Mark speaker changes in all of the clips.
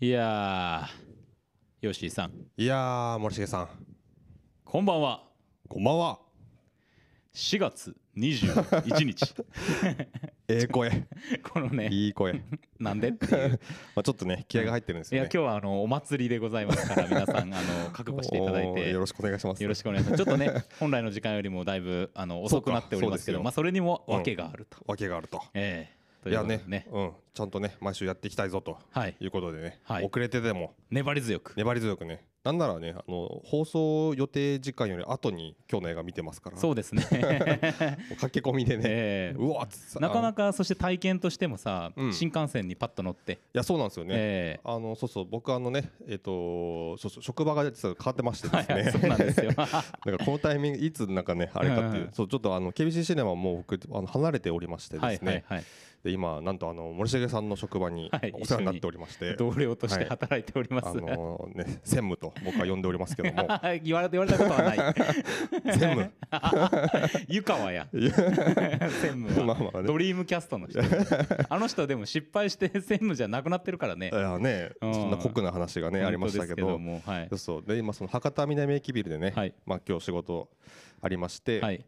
Speaker 1: いやー、ヨッシーさん、
Speaker 2: いやー、森重さん、
Speaker 1: こんばんは。
Speaker 2: こんばんは。
Speaker 1: 4月21日。
Speaker 2: え え声、
Speaker 1: このね、
Speaker 2: いい声。ま
Speaker 1: なんでっていう。
Speaker 2: あちょっと ね、気合が入ってるんです
Speaker 1: いや、
Speaker 2: よ
Speaker 1: 今
Speaker 2: ね。
Speaker 1: 日はあのお祭りでございますから、皆さん、あの覚悟していただい
Speaker 2: おー
Speaker 1: て。
Speaker 2: よろしくお願いします。
Speaker 1: よろしくお願いします。ちょっとね、本来の時間よりもだいぶあの遅
Speaker 2: そうか
Speaker 1: くなっておりますけ
Speaker 2: そうです
Speaker 1: ど、
Speaker 2: よ
Speaker 1: まあそれにも訳があると。
Speaker 2: わけがあると。
Speaker 1: ええと
Speaker 2: い
Speaker 1: いう
Speaker 2: や
Speaker 1: ことで
Speaker 2: ねうん、ちゃんとね、毎週やっていきたいぞと
Speaker 1: はい、
Speaker 2: いうことでね、
Speaker 1: はい
Speaker 2: 遅れてでも
Speaker 1: 粘り強く。
Speaker 2: 粘り強くね、なんならね、あの放送予定時間より後に今日の映画見てますから、
Speaker 1: そうですね。
Speaker 2: もう駆け込みでね、
Speaker 1: ええ
Speaker 2: うわっつ
Speaker 1: なか
Speaker 2: あの
Speaker 1: ないかそして体験としてもさ、
Speaker 2: うん
Speaker 1: 新幹線にパッと乗って、
Speaker 2: や、そうなんですよね。
Speaker 1: え
Speaker 2: あのそうそう僕あのねえっ、とそうそう職場が実は変わってましてです
Speaker 1: えはいは
Speaker 2: ね
Speaker 1: い、そうなん ですよ。
Speaker 2: なんかこのタイミングいつなんかねあれかっていううんそうちょっとあの KBC シネマもう僕あの離れておりまして
Speaker 1: は
Speaker 2: で
Speaker 1: い
Speaker 2: す
Speaker 1: はい
Speaker 2: ね
Speaker 1: はい。
Speaker 2: で今なんとあの森重さんの職場に
Speaker 1: はい
Speaker 2: お世話になっておりまして
Speaker 1: 同僚として
Speaker 2: はい
Speaker 1: 働いております。
Speaker 2: あのね専務と僕は呼んでおりますけど も
Speaker 1: 言われ言われたことは ない。
Speaker 2: 専
Speaker 1: 湯川や
Speaker 2: いや
Speaker 1: 専務
Speaker 2: 務ま
Speaker 1: は
Speaker 2: あまあね
Speaker 1: ドリームキャストの 人。あの人はでも失敗して 専務じゃなくなってるからね
Speaker 2: い。やねそ
Speaker 1: うん
Speaker 2: んな酷な話がねありましたけ
Speaker 1: 本
Speaker 2: ど
Speaker 1: 当ですけどもはい
Speaker 2: そうそうで今その博多南駅ビルでね
Speaker 1: はい
Speaker 2: まあ今日仕事ありまして
Speaker 1: は
Speaker 2: で
Speaker 1: い。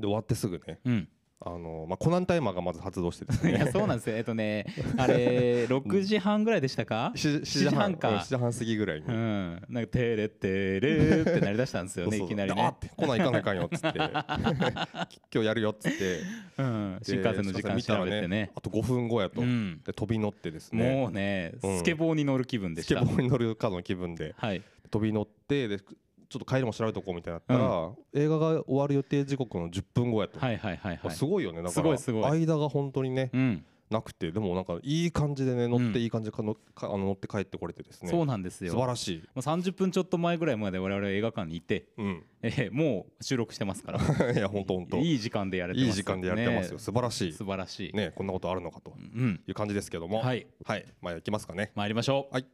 Speaker 2: 終わってすぐね
Speaker 1: うん
Speaker 2: あのまあコナンタイマーがまず発動してです
Speaker 1: い
Speaker 2: ね
Speaker 1: やそうなんですよ。えっとね、あ れ6時半ぐらいでしたか？
Speaker 2: 7
Speaker 1: 7時半か
Speaker 2: うん7時半過ぎぐらいに
Speaker 1: うん。なんかテレテレって鳴り出したんですよね。
Speaker 2: そ
Speaker 1: いう
Speaker 2: そう
Speaker 1: きなり
Speaker 2: であ
Speaker 1: ね
Speaker 2: っ。てコナン行かないかんよっ つって今日やるよっつって
Speaker 1: うん。新幹線の時間
Speaker 2: 見た
Speaker 1: 調
Speaker 2: ら
Speaker 1: べてね。
Speaker 2: あと5分後やと、
Speaker 1: うん。
Speaker 2: で飛び乗ってですね
Speaker 1: もうね、
Speaker 2: うん
Speaker 1: スケボーに乗る気分で
Speaker 2: ス
Speaker 1: し
Speaker 2: ケ
Speaker 1: た
Speaker 2: ボ。ーに乗るかの気分で
Speaker 1: はい。
Speaker 2: 飛び乗ってでちょっと帰りも調べとこうみたいになったら、映画が終わる予定時刻の10分後やと、
Speaker 1: はいはいはいはい
Speaker 2: す。ごいよねだ
Speaker 1: す
Speaker 2: か
Speaker 1: ご
Speaker 2: ら
Speaker 1: いすごい
Speaker 2: 間が本当にね、
Speaker 1: うん。
Speaker 2: なくてでもなんかいい感じでね乗って、
Speaker 1: うん
Speaker 2: いい感じかのかあの乗って帰ってこれてですね
Speaker 1: そうなんです
Speaker 2: 素
Speaker 1: よ。
Speaker 2: 晴らしい、
Speaker 1: もう30分ちょっと前ぐらいまで我々映画館にいて、
Speaker 2: うん、
Speaker 1: えーもう収録してますから
Speaker 2: いや 本当本当い
Speaker 1: いい時間でやれてます
Speaker 2: い時間でやれてますよ、
Speaker 1: ね
Speaker 2: 素晴らし
Speaker 1: 素
Speaker 2: い
Speaker 1: 晴らしい、
Speaker 2: ねこんなことあるのかと
Speaker 1: うん
Speaker 2: いう感じですけども
Speaker 1: はい
Speaker 2: はい、まあ行きますかね
Speaker 1: 参りましょう
Speaker 2: はい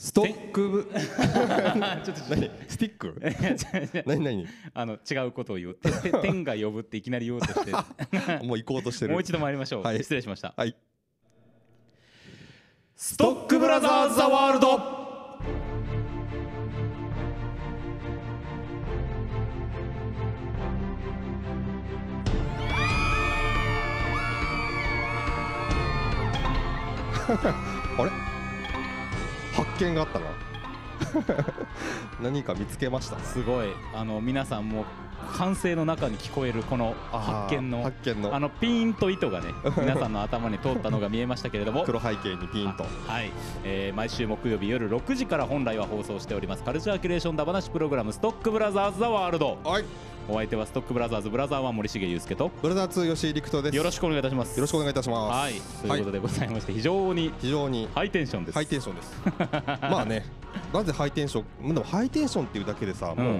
Speaker 2: ストックブ
Speaker 1: ちょっと
Speaker 2: 何ステ ィック何何
Speaker 1: あの違うことを言うて て天が呼ぶっていきなり言おうとして
Speaker 2: もう行こうとしてる
Speaker 1: もう一度参りましょう、
Speaker 2: はい
Speaker 1: 失礼しました
Speaker 2: はい
Speaker 1: ス
Speaker 2: ストックブラザーズ・ザ・ワール ドあれ発見があったな 何か見つけました
Speaker 1: すごいあの皆さんも歓声の中に聞こえるこの
Speaker 2: あー
Speaker 1: 発見の
Speaker 2: 発見の
Speaker 1: あのピーンと糸がね皆さんの頭に通ったのが見えましたけれど も
Speaker 2: 黒背景にピンと
Speaker 1: はい、えー毎週木曜日夜6時から本来は放送しておりますカルチャーキュレーションダバなしプログラムストックブラザーズ・ザ・ワールド
Speaker 2: はい
Speaker 1: お相手はストックブラザーズブラザーは森重祐介と
Speaker 2: ブラザー2吉井陸斗です
Speaker 1: よろ
Speaker 2: し
Speaker 1: しくお願いいたします
Speaker 2: よろしくお願いいたします
Speaker 1: はいということでございまして非常に
Speaker 2: 非常に
Speaker 1: ハイテンションです
Speaker 2: ハイテンショ ンですまあねなぜハイテンションでもハイテンションっていうだけでさ、も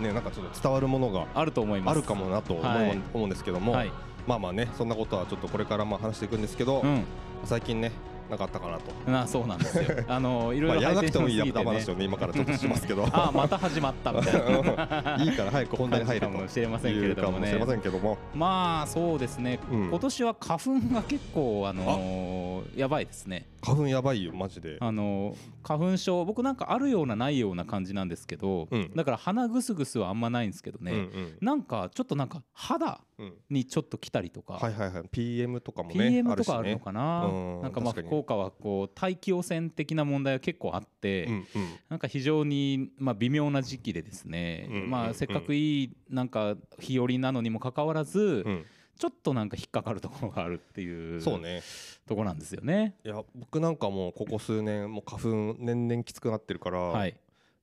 Speaker 2: うねなんかちょっと伝わるものが
Speaker 1: あると思いま
Speaker 2: あ
Speaker 1: す
Speaker 2: るかもなと思,、
Speaker 1: はい
Speaker 2: 思うんですけども、
Speaker 1: はい
Speaker 2: まあまあねそんなことはちょっとこれからまあ話していくんですけど、
Speaker 1: うん
Speaker 2: 最近ねなかあったかなと、
Speaker 1: なそうなんですよ あのいろ
Speaker 2: まあ
Speaker 1: いろハ
Speaker 2: やら
Speaker 1: イ
Speaker 2: な
Speaker 1: テ
Speaker 2: く
Speaker 1: ンシ
Speaker 2: て
Speaker 1: ョ
Speaker 2: も
Speaker 1: ン
Speaker 2: いい
Speaker 1: すぎて、ね
Speaker 2: 頭話をね今からちょっとしますけ ど
Speaker 1: ああまた始まったみた いな
Speaker 2: いいから早く本題に入れ
Speaker 1: 感
Speaker 2: と
Speaker 1: じかもしれませんけれどもね
Speaker 2: いうかもしれませんけども
Speaker 1: まあそうですね、
Speaker 2: うん
Speaker 1: 今年は花粉が結構あのーやばいですね
Speaker 2: 花粉やばいよマジで
Speaker 1: あの花粉症僕なんかあるようなないような感じなんですけど、
Speaker 2: うん
Speaker 1: だから鼻ぐすぐすはあんまないんですけどね、
Speaker 2: うん
Speaker 1: なんかちょっとなんか肌
Speaker 2: うんうん
Speaker 1: にちょっと来たりとか、
Speaker 2: はいはいはい PM とかもね
Speaker 1: PM と
Speaker 2: しね
Speaker 1: かあるのかな、
Speaker 2: うん
Speaker 1: なんかまあ
Speaker 2: 確かに
Speaker 1: 福岡はこう大気汚染的な問題が結構あって、
Speaker 2: うんうん
Speaker 1: なんか非常にまあ微妙な時期でですね、
Speaker 2: うん
Speaker 1: ま
Speaker 2: う
Speaker 1: あ、
Speaker 2: ん
Speaker 1: せっかくいいなんか日和なのにもかかわらず、
Speaker 2: うん
Speaker 1: ちょっとなんか引っかかるところがあるっていう
Speaker 2: そうね
Speaker 1: ところなんですよね。
Speaker 2: いや僕なんかもうここ数年もう花粉年々きつくなってるから、
Speaker 1: はい、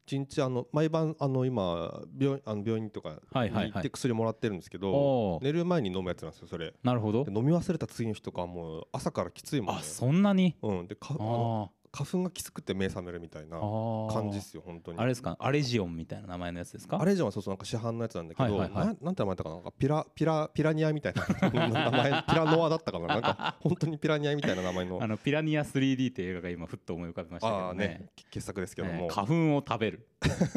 Speaker 2: 一日あの毎晩あの今病院あの病院とか
Speaker 1: はい
Speaker 2: に
Speaker 1: はいはい
Speaker 2: 行って薬もらってるんですけど、
Speaker 1: おー
Speaker 2: 寝る前に飲むやつなんですよそれで
Speaker 1: なるほど
Speaker 2: 飲み忘れた次の日とかはもう朝からきついもんね
Speaker 1: あそんなに
Speaker 2: うん、でかあ
Speaker 1: あ
Speaker 2: の
Speaker 1: ー
Speaker 2: 花粉がきつくて目覚めるみたいな
Speaker 1: あ
Speaker 2: 感じっ
Speaker 1: ー
Speaker 2: すよ本当に
Speaker 1: あれですかアレジオンみたいな名前のやつですか
Speaker 2: あれ以上はそうそうなんか市販のやつなんだけど、
Speaker 1: はいはいはい
Speaker 2: ななんて名前だったかななんかピラピラピラニアみたいな 名前ピラノアだったかななんか本当にピラニアみたいな名前の
Speaker 1: あのピラニア 3D って映画が今ふっと思い浮かびましたけ
Speaker 2: あ
Speaker 1: ど
Speaker 2: あ
Speaker 1: ね
Speaker 2: ね傑作ですけど
Speaker 1: え
Speaker 2: も
Speaker 1: ー、花粉を食べる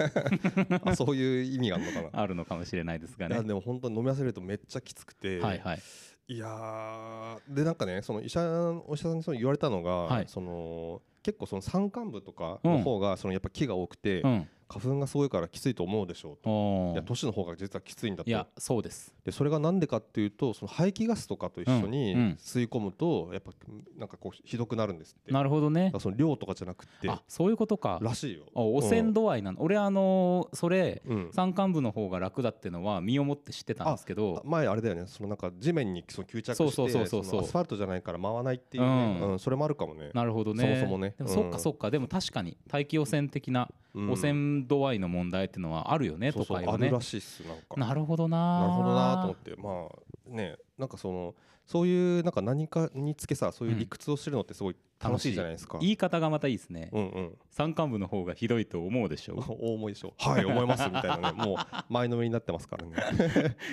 Speaker 2: あそういう意味があるのかな
Speaker 1: あるのかもしれないですが
Speaker 2: いや
Speaker 1: ね
Speaker 2: でも本当に飲み忘れるとめっちゃきつくて、
Speaker 1: はいはい
Speaker 2: いやーでなんかねその医者お医者さんにそう言われたのが、
Speaker 1: はい
Speaker 2: その結構その山間部とかの方が、そのやっぱ木が多くて、
Speaker 1: うん
Speaker 2: 花粉がすごいからきついと思うでしょうと、
Speaker 1: お
Speaker 2: いや
Speaker 1: ー
Speaker 2: 都市の方が実はきついんだと
Speaker 1: いやそうです
Speaker 2: でそれがなんでかっていうとその排気ガスとかと一緒に
Speaker 1: うんうん
Speaker 2: 吸い込むとやっぱなんかこうひどくなるんですってだか
Speaker 1: なるほどね
Speaker 2: らその量とかじゃなくて
Speaker 1: あそういうことから
Speaker 2: しいよ
Speaker 1: お汚染度合いなの、俺あのーそれ
Speaker 2: うんうん
Speaker 1: 山間部の方が楽だってのは身をもって知ってたんですけ
Speaker 2: あ
Speaker 1: ど
Speaker 2: 前あれだよねそのなんか地面にその吸着
Speaker 1: そう
Speaker 2: し
Speaker 1: そうそう
Speaker 2: て
Speaker 1: そ
Speaker 2: そう
Speaker 1: そう
Speaker 2: のアスファルトじゃないから回らないっていうね
Speaker 1: うん
Speaker 2: うんそれもあるかもね
Speaker 1: なるほどね
Speaker 2: そもそもね
Speaker 1: でも
Speaker 2: うん
Speaker 1: そっかそっか、でも確かに大気汚染的な
Speaker 2: うん
Speaker 1: 汚染度合いの問題っていうのはあるよね、
Speaker 2: そう
Speaker 1: 都
Speaker 2: そう
Speaker 1: 会
Speaker 2: あ
Speaker 1: は
Speaker 2: る
Speaker 1: ね
Speaker 2: らしいっすなんか
Speaker 1: なるほどな
Speaker 2: なるほどなと思ってまあねなんかそのそういうなんか何かにつけさそういう理屈を知るのってすごい楽しいじゃないですか、
Speaker 1: 言い方がまたいいですね、
Speaker 2: う んうん
Speaker 1: 山間部の方がひどいと思うでしょ
Speaker 2: 大思いでしょはい思いますみたいなねもう前のめりになってますか らね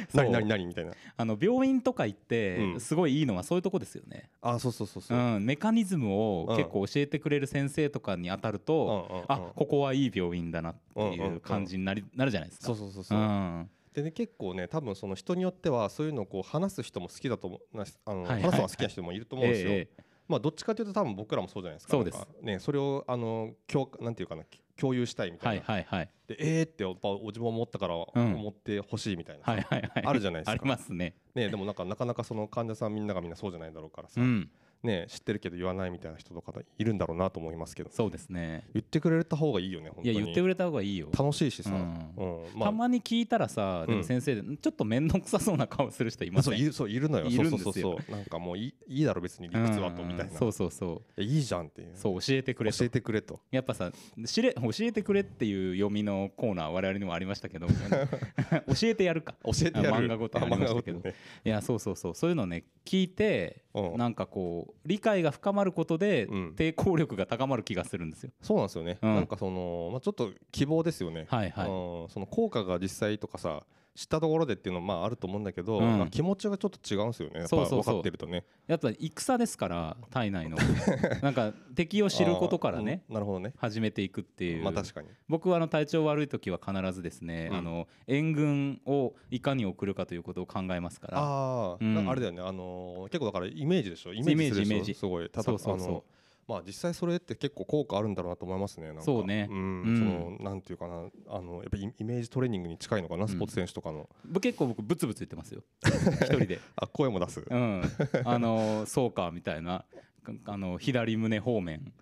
Speaker 1: そう
Speaker 2: 何何何みたいな
Speaker 1: あの病院とか行っ
Speaker 2: う
Speaker 1: て
Speaker 2: ん
Speaker 1: すごいいいのはそういうとこですよね、
Speaker 2: あそうそうそう
Speaker 1: う
Speaker 2: そう、うん
Speaker 1: んメカニズムを結構教えてくれる先生とかに当たると、
Speaker 2: うんうん
Speaker 1: あここはいい病院だなって
Speaker 2: うんうん
Speaker 1: いううん感じになりなるじゃないですか。
Speaker 2: そうそうそうそう、
Speaker 1: うん
Speaker 2: でね結構ね多分その人によってはそういうのをこう話す人も好きだと思うなあの、
Speaker 1: はいはい
Speaker 2: 話すのは好きな人もいると思うんですよ、
Speaker 1: ええ
Speaker 2: まあどっちかというと多分僕らもそうじゃないですか
Speaker 1: そうです
Speaker 2: なんかねそれをあの共なんていうかな共有したいみた
Speaker 1: はいい
Speaker 2: な、
Speaker 1: はいはい
Speaker 2: でえーってやっぱお自分も思ったから
Speaker 1: ん
Speaker 2: 思ってほしいみたいな、
Speaker 1: はいはいはい
Speaker 2: あるじゃないですか
Speaker 1: ありますね。
Speaker 2: ねでもなんかなかなかその患者さんみんながみんなそうじゃないだろうからさ、
Speaker 1: うん
Speaker 2: ね知ってるけど言わないみたいな人とかいるんだろうなと思いますけど
Speaker 1: そうですね。
Speaker 2: 言ってくれた方がいいよね本
Speaker 1: い
Speaker 2: 当
Speaker 1: や
Speaker 2: に
Speaker 1: 言ってくれた方がいいよ。
Speaker 2: 楽しいしさ、
Speaker 1: う
Speaker 2: うんん
Speaker 1: たまに聞いたらさでも先生ちょっと面倒くさそうな顔する人いませ
Speaker 2: そ
Speaker 1: ん
Speaker 2: ういるそういるのよ
Speaker 1: いるんですよ
Speaker 2: そうそうそうそうなんかもういいいいだろ別に理屈はと
Speaker 1: うん
Speaker 2: みたいな、
Speaker 1: そうそうそ
Speaker 2: いやいいじゃんってい
Speaker 1: う
Speaker 2: う
Speaker 1: そう教えてくれと
Speaker 2: 教えてくれと
Speaker 1: やっぱさ知れ教えてくれっていう読みのコーナー我々にもありましたけ ど教えてやるか
Speaker 2: 教えてやる
Speaker 1: 漫画ごとありましたけど
Speaker 2: あ漫画ごとね
Speaker 1: いやそうそうそうそういうのね聞いて
Speaker 2: うん
Speaker 1: なんかこう理解が深まることで
Speaker 2: うん
Speaker 1: 抵抗力が高まる気がするんですよ。
Speaker 2: そうなんですよね、
Speaker 1: うん
Speaker 2: なんかその、まあ、ちょっと希望ですよね、
Speaker 1: はいはい
Speaker 2: うんその効果が実際とかさ知ったところでっていうのもまああると思うんだけど、
Speaker 1: うん
Speaker 2: まあ気持ちがちょっと違うんですよねやっぱ
Speaker 1: そうそうそう
Speaker 2: 分かってるとね
Speaker 1: やっぱ戦ですから体内のなんか敵を知ることからね
Speaker 2: あーうんなるほどね
Speaker 1: 始めていくっていう、
Speaker 2: まあ確かに
Speaker 1: 僕はあの体調悪い時は必ずですね、
Speaker 2: うん
Speaker 1: あの援軍をいかに送るかということを考えますから
Speaker 2: ああ、
Speaker 1: うん
Speaker 2: なんかあれだよね、あのー結構だからイメージでしょイメージするでしょ
Speaker 1: イメージイメージ
Speaker 2: すごいただ
Speaker 1: そうそうそう
Speaker 2: あのまあ実際それって結構効果あるんだろうなと思いますねなんか
Speaker 1: そうね
Speaker 2: うん
Speaker 1: うん
Speaker 2: そのなんていうかなあのやっぱイイメージトレーニングに近いのかなスポーツ選手とかの、
Speaker 1: ぶ結構僕ブツブツ言ってますよ 一人で、
Speaker 2: あ声も出す、
Speaker 1: うん、あのそうかみたいなかあの左胸方面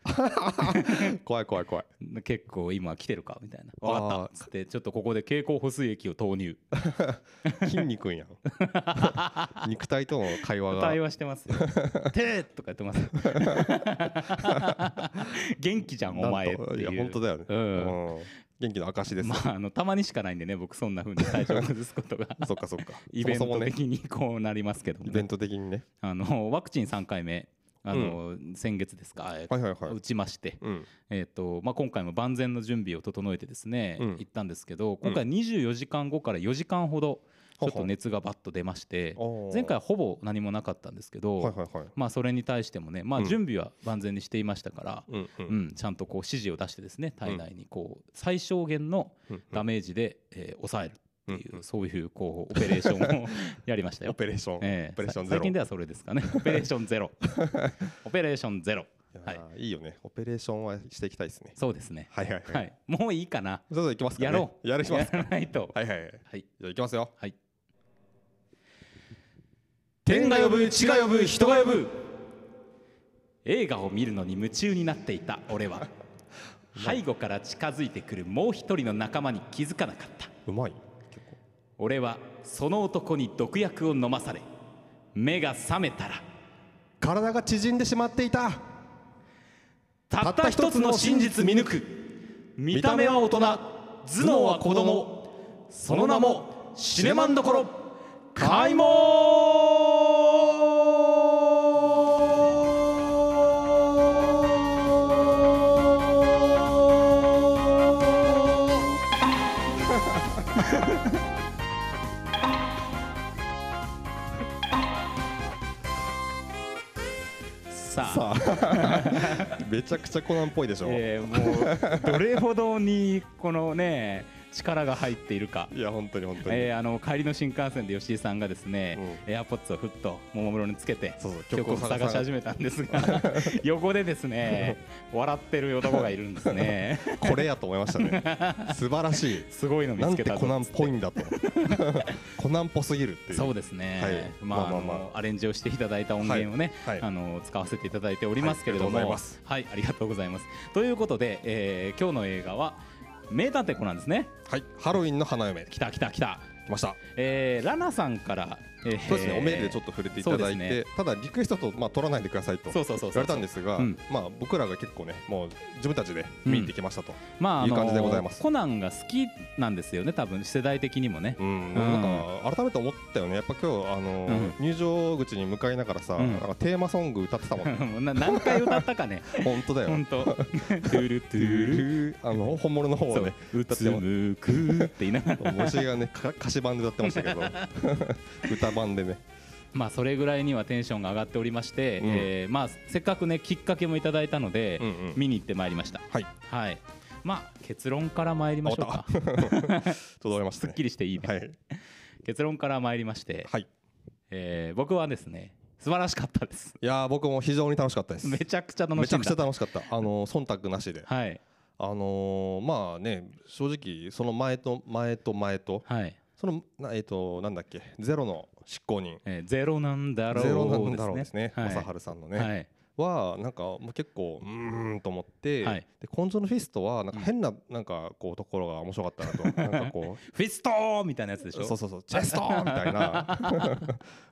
Speaker 2: 怖い怖い怖い
Speaker 1: 結構今来てるかみたいな
Speaker 2: あー
Speaker 1: 分かったっつってちょっとここで経口補水液を投入
Speaker 2: 筋 肉やん肉体との会話
Speaker 1: 対
Speaker 2: が
Speaker 1: 話してますよ 「てー」とか言ってますよ 元気じゃんお前って
Speaker 2: なんとい
Speaker 1: い
Speaker 2: や
Speaker 1: う
Speaker 2: 本当だよね、
Speaker 1: うん
Speaker 2: うん元気の証ですよ、
Speaker 1: まあ、あのたまにしかないんでね僕そんな風に体調崩すことが
Speaker 2: そっかそっか
Speaker 1: イベン
Speaker 2: そもそ
Speaker 1: ト
Speaker 2: もね
Speaker 1: 的にこうなりますけども
Speaker 2: イ
Speaker 1: ね、
Speaker 2: ベント的にね
Speaker 1: あのワクチン3回目あの、先月ですか、えー
Speaker 2: はいはいはい
Speaker 1: 打ちまして、
Speaker 2: うん
Speaker 1: えーとまあ、今回も万全の準備を整えてですね、
Speaker 2: うん
Speaker 1: 行ったんですけど今回24時間後から4時間ほどちょっと熱がバッと出まして
Speaker 2: おー
Speaker 1: 前回はほぼ何もなかったんですけど、
Speaker 2: はいはいはい
Speaker 1: まあ、それに対してもね、まあ、
Speaker 2: うん
Speaker 1: 準備は万全にしていましたから、
Speaker 2: うんう
Speaker 1: うんん、ちゃんとこう指示を出してですね体内にこう最小限の
Speaker 2: うん
Speaker 1: ダメージで、えー抑える
Speaker 2: うん
Speaker 1: っていうそういうこうオペレーションを やりました
Speaker 2: オ
Speaker 1: よ。
Speaker 2: ペレーション、
Speaker 1: ええ
Speaker 2: オペレーション
Speaker 1: さ
Speaker 2: ゼロ
Speaker 1: 最近ではそれですか ね。オペレーションゼロ。オペレーションゼロ。
Speaker 2: い
Speaker 1: は
Speaker 2: や
Speaker 1: い。
Speaker 2: ーいいよねオペレーションはしていきたいですね
Speaker 1: そうですね。
Speaker 2: はいはいはい、
Speaker 1: はい。もういいかな。
Speaker 2: そろそろ行きますか、ね、
Speaker 1: やろう。
Speaker 2: やるします
Speaker 1: やらないと。
Speaker 2: はいはいはいじ
Speaker 1: はい。
Speaker 2: ゃあ行きますよ
Speaker 1: はい。
Speaker 2: 天が呼ぶ地が呼ぶ人が呼ぶ
Speaker 1: 映画を見るのに夢中になっていた俺 は背後から近づいてくるもう一人の仲間に気づかなかった
Speaker 2: うまい
Speaker 1: 俺はその男に毒薬を飲まされ目が覚めたら
Speaker 2: 体が縮んでしまっていた
Speaker 1: たった一つの真実見抜く見た目は大人頭脳は子供その名もシネマンどころ開門さあ
Speaker 2: さあめちゃくちゃコナンっぽいでしょ、
Speaker 1: えーもうどれほどにこのね力が入っているか。
Speaker 2: いや本当に本当に、
Speaker 1: えーあの帰りの新幹線で吉井さんがですね、エアポッツをふっとももむろにつけて
Speaker 2: そうそう
Speaker 1: 曲を探し始めたんです が横でですね笑ってる男がいるんです ね
Speaker 2: これやと思いました ね素晴らしい
Speaker 1: すごいの見
Speaker 2: なん
Speaker 1: つけ
Speaker 2: て
Speaker 1: た
Speaker 2: コナンっぽい
Speaker 1: い
Speaker 2: んだとコナンっぽすぎるっていう
Speaker 1: そうですね、
Speaker 2: はい
Speaker 1: まあ
Speaker 2: まあまあまあ
Speaker 1: あのアレンジをしていただいた音源をね、
Speaker 2: はいはい
Speaker 1: あの使わせていただいておりますけれども、
Speaker 2: は
Speaker 1: はい
Speaker 2: あり
Speaker 1: い
Speaker 2: がと
Speaker 1: ありがとう
Speaker 2: うございます
Speaker 1: ございますということで、えー今日の映画は名探偵コナンですね
Speaker 2: はいハロウィンの花嫁来
Speaker 1: 来た来た来た、
Speaker 2: ました
Speaker 1: えー、ラナさんから、えー
Speaker 2: そうですね、おメールでちょっと触れていただい
Speaker 1: そう
Speaker 2: て、
Speaker 1: で
Speaker 2: ただリクエストと、まあ、取らないでくださいと
Speaker 1: そ
Speaker 2: 言
Speaker 1: うそうそうそう
Speaker 2: われたんですが、
Speaker 1: うん
Speaker 2: まあ、僕らが結構ね、もう自分たちで見に行ってきましたと、
Speaker 1: まあ、あ
Speaker 2: いい
Speaker 1: の
Speaker 2: 感じでございます
Speaker 1: コナンが好きなんですよね多分世代的にもね
Speaker 2: うんなんか改めて思ったよね、やっぱ今日あの、
Speaker 1: うん
Speaker 2: 入場口に向かいながらさ、
Speaker 1: うん
Speaker 2: なんかテーマソング歌って たもん、ね、
Speaker 1: もうな何回歌ったかね
Speaker 2: 本当だよ
Speaker 1: 本。当トゥルト
Speaker 2: ル
Speaker 1: ゥル
Speaker 2: ルあの本物の方をね、
Speaker 1: う
Speaker 2: 歌っ
Speaker 1: つ
Speaker 2: ても
Speaker 1: むくって言いながら
Speaker 2: 虫がね、か歌詞版で歌ってました けど、歌版でね、
Speaker 1: まあそれぐらいにはテンションが上がっておりまして、
Speaker 2: うん
Speaker 1: えーまあせっかくねきっかけもいただいたので、
Speaker 2: うんうん
Speaker 1: 見に行ってまいりました
Speaker 2: はい、
Speaker 1: はいまあ結論から参りましょうか
Speaker 2: 届きました
Speaker 1: す
Speaker 2: ね
Speaker 1: っ。きりしていいね、
Speaker 2: はい、
Speaker 1: 結論から参りまして、
Speaker 2: はい、
Speaker 1: えー僕はですね素晴らしかったです
Speaker 2: いやー、僕も非常に楽しかったです。
Speaker 1: めちゃくちゃ楽しんだ
Speaker 2: めちゃくちゃ楽し かった。あの忖度なしで。
Speaker 1: はい
Speaker 2: あのーまあね正直その前と前と前と
Speaker 1: はい
Speaker 2: そのなえっ、となんだっけゼロの執行人
Speaker 1: えーゼロなんだろう
Speaker 2: ゼロなんだろうですね
Speaker 1: はい
Speaker 2: 正治さんのね、
Speaker 1: はい
Speaker 2: はなんかもう結構うーんと思って、
Speaker 1: はい
Speaker 2: で根性のフィストはなんか変ななんかこうところが面白かったなとなんかこう
Speaker 1: フィストーみたいなやつでしょ
Speaker 2: そうそうそうチェストみた いな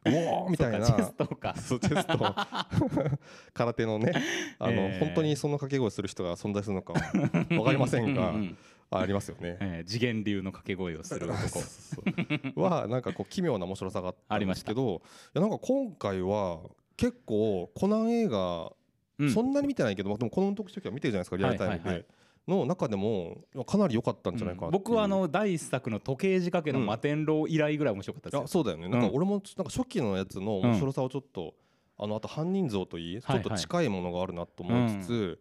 Speaker 2: うおーみたいな
Speaker 1: そっかチェストか
Speaker 2: そうチェス ト空手のねあの、
Speaker 1: えー
Speaker 2: 本当にその掛け声する人が存在するの かわかりませんが
Speaker 1: うううん
Speaker 2: ありますよ ね。
Speaker 1: えー次元流の掛け声をする男
Speaker 2: はなんかこう奇妙な面白さがあったんですけどいやなんか今回は結構コナン映画、
Speaker 1: うん
Speaker 2: そんなに見てないけどまあでもこの特集は見てるじゃないですかリアルタイムで、
Speaker 1: はいはいは
Speaker 2: の中でもかなり良かったんじゃないかなっていう
Speaker 1: 僕はあの第一作の時計仕掛けの摩天楼以来ぐらい面白かったです
Speaker 2: あ
Speaker 1: よ、
Speaker 2: そうだよねなんか俺もなんか初期のやつの面白さをちょっと、あのあと犯人像といいちょ
Speaker 1: はい
Speaker 2: っと近いものがあるなと思いつつ、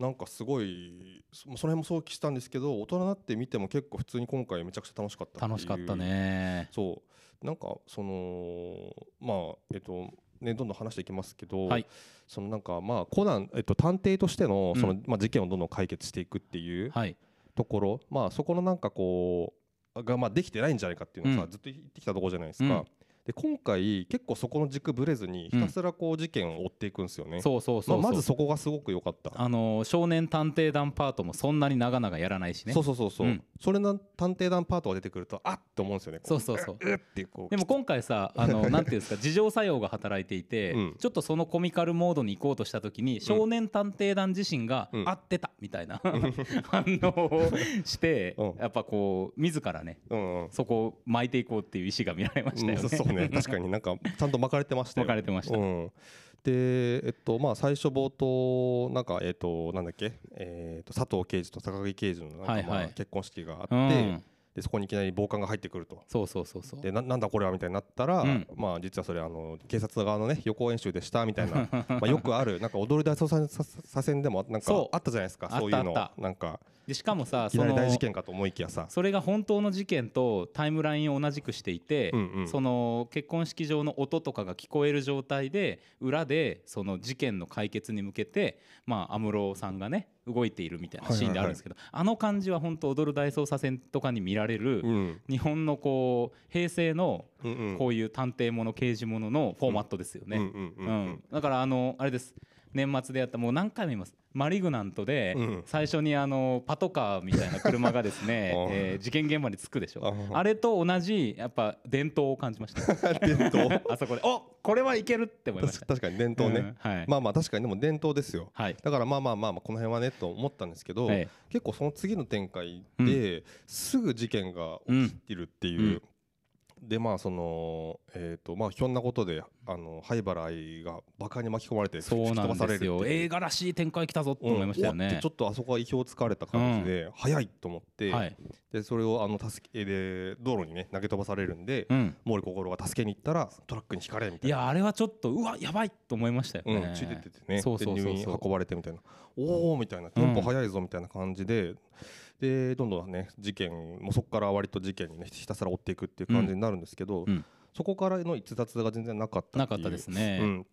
Speaker 2: なんかすごいその辺も想起したんですけど大人になって見ても結構普通に今回めちゃくちゃ楽しかったていう
Speaker 1: 楽しかったね
Speaker 2: そうなんかそのまあえっとねどんどん話していきますけど、
Speaker 1: はい
Speaker 2: そのなんかまあコナン、えっと、探偵としての
Speaker 1: うん
Speaker 2: その、まあ、事件をどんどん解決していくっていう
Speaker 1: はい
Speaker 2: ところ、まあそこのなんかこうがまあできてないんじゃないかっていうのをさ、
Speaker 1: うん
Speaker 2: ずっと言ってきたところじゃないですか。
Speaker 1: うん
Speaker 2: で今回結構そこの軸ぶれずにひたすらこう事件を追っていくんですよね。
Speaker 1: そうそうそうそう、
Speaker 2: まあ、まずそこがすごく良かった。
Speaker 1: あのー少年探偵団パートもそんなに長々やらないしね
Speaker 2: そうそうそうそう、
Speaker 1: うん
Speaker 2: それの探偵団パートが出てくるとあっって思うんですよね。こ
Speaker 1: そうそうそう
Speaker 2: ううってこう
Speaker 1: でも今回さあ のなんていうんですか自浄作用が働いていて、
Speaker 2: うん
Speaker 1: ちょっとそのコミカルモードに行こうとした時に少年探偵団自身が
Speaker 2: うん
Speaker 1: 合ってたみたい な反応をして、
Speaker 2: うん
Speaker 1: やっぱこう自らね
Speaker 2: うんうん、
Speaker 1: そこを巻いていこうっていう意思が見られましたよね。
Speaker 2: うんそう そうね確かになんかちゃんと巻かれてましたよ
Speaker 1: 巻かれてました
Speaker 2: うん、でえっとまあ最初冒頭なんかえっとなんだっけ、えっと佐藤刑事と坂木刑事のなんか、
Speaker 1: はいはい
Speaker 2: まあ結婚式があって、
Speaker 1: うん
Speaker 2: でそこにいきなり暴漢が入ってくると。
Speaker 1: そうそうそうそう
Speaker 2: でななんだこれはみたいになったら、
Speaker 1: うん
Speaker 2: まあ実はそれあの警察側のね予行演習でしたみた いなまあよくあるなんか踊り大捜査さ左遷でもなんか
Speaker 1: そう
Speaker 2: あったじゃないですか
Speaker 1: あった
Speaker 2: そういう
Speaker 1: あ
Speaker 2: の
Speaker 1: った
Speaker 2: なんか
Speaker 1: でしかもさ
Speaker 2: いき
Speaker 1: そ
Speaker 2: なり
Speaker 1: の
Speaker 2: 大事件かと思いきやさ
Speaker 1: それが本当の事件とタイムラインを同じくしていて、
Speaker 2: うんうん
Speaker 1: その結婚式場の音とかが聞こえる状態で裏でその事件の解決に向けてまあ安室さんがね動いているみたいなシーンであるんですけど、あの感じは本当踊る大捜査線とかに見られる、
Speaker 2: うん
Speaker 1: 日本のこう平成の
Speaker 2: うんうん
Speaker 1: こういう探偵もの刑事もののフォーマットですよね。
Speaker 2: うんうんうんうん
Speaker 1: うんだからあのあれです年末でやったもう何回も言いますマリグナントで
Speaker 2: うん
Speaker 1: 最初にあのパトカーみたいな車がですね
Speaker 2: ああ
Speaker 1: えー事件現場に着くでしょ
Speaker 2: ああ
Speaker 1: あれと同じやっぱ伝統を感じました
Speaker 2: 伝統
Speaker 1: あそこでおこれはいけるって思いました
Speaker 2: 確かに伝統ね、
Speaker 1: うんはい
Speaker 2: まあまあ確かにでも伝統ですよ
Speaker 1: はい
Speaker 2: だからまあまあまあまあこの辺はねと思ったんですけど、
Speaker 1: ええ
Speaker 2: 結構その次の展開ですぐ事件が起きてるっていう、でまあそのえっ、とまあひょんなことであの灰原愛がバカに巻き込まれて
Speaker 1: そうなんですよ
Speaker 2: っていう
Speaker 1: 映画らしい展開来たぞと思いましたよ
Speaker 2: うんおっ
Speaker 1: ね
Speaker 2: てちょっとあそこは意表をつかれた感じで、早いと思って、
Speaker 1: はい
Speaker 2: でそれをあの助けで道路にね投げ飛ばされるんで、
Speaker 1: うん
Speaker 2: 毛利心が助けに行ったらトラックにひかれみたい
Speaker 1: い
Speaker 2: な
Speaker 1: やあれはちょっとうわやばいと思いましたよ
Speaker 2: う
Speaker 1: ね
Speaker 2: ん、ついてっててね
Speaker 1: そうそうそうそう
Speaker 2: で入院運ばれてみたいなおおみたいなテンポ早いぞみたいな感じで、でどんどんね事件もうそこから割と事件にねひたすら追っていくっていう感じになるんですけど、
Speaker 1: うんうん
Speaker 2: そこからの逸脱が全然なかった
Speaker 1: な
Speaker 2: て
Speaker 1: か
Speaker 2: いう
Speaker 1: ったですね、
Speaker 2: うん、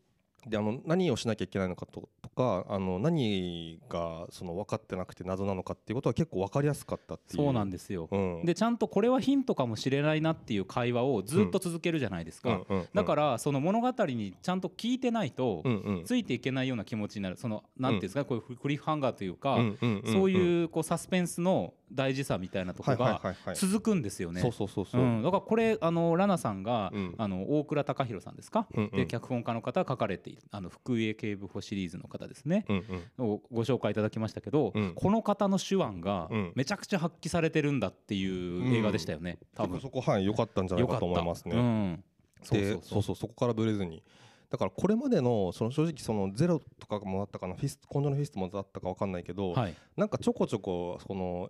Speaker 2: であの何をしなきゃいけないのかととかあの何がその分かってなくて謎なのかっていうことは結構分かりやすかったっていう
Speaker 1: そうなんですよ、
Speaker 2: うん、
Speaker 1: でちゃんとこれはヒントかもしれないなっていう会話をずっと続けるじゃないですか、
Speaker 2: うんうん
Speaker 1: だからその物語にちゃんと聞いてないと
Speaker 2: うんうん
Speaker 1: ついていけないような気持ちになるそのなんていうんですかこういうクリフハンガーというか
Speaker 2: うんうんんん
Speaker 1: そういうこうサスペンスの大事さみたいなとこ
Speaker 2: はいはい
Speaker 1: が
Speaker 2: はいはい
Speaker 1: 続くんですよね
Speaker 2: そう。そうそうそうう、
Speaker 1: ん、だからこれあのラナさんが、
Speaker 2: うん
Speaker 1: あの大倉隆弘さんですか、
Speaker 2: うんうん
Speaker 1: で脚本家の方が書かれているあの福江警部補シリーズの方ですね、
Speaker 2: うんうん
Speaker 1: をご紹介いただきましたけど、
Speaker 2: うん
Speaker 1: この方の手腕が
Speaker 2: うん
Speaker 1: めちゃくちゃ発揮されてるんだっていう映画でしたよね、多分
Speaker 2: 結構そこはい良かったんじゃない
Speaker 1: よか
Speaker 2: か
Speaker 1: っ
Speaker 2: と
Speaker 1: た
Speaker 2: 思います
Speaker 1: う
Speaker 2: ね。
Speaker 1: ん、そう
Speaker 2: で
Speaker 1: そうそう
Speaker 2: そうそこからブレずにだからこれまでのその正直そのゼロとかもあったかなフィス今度のフィストもあったかわかんないけど、
Speaker 1: はい、
Speaker 2: なんかちょこちょこその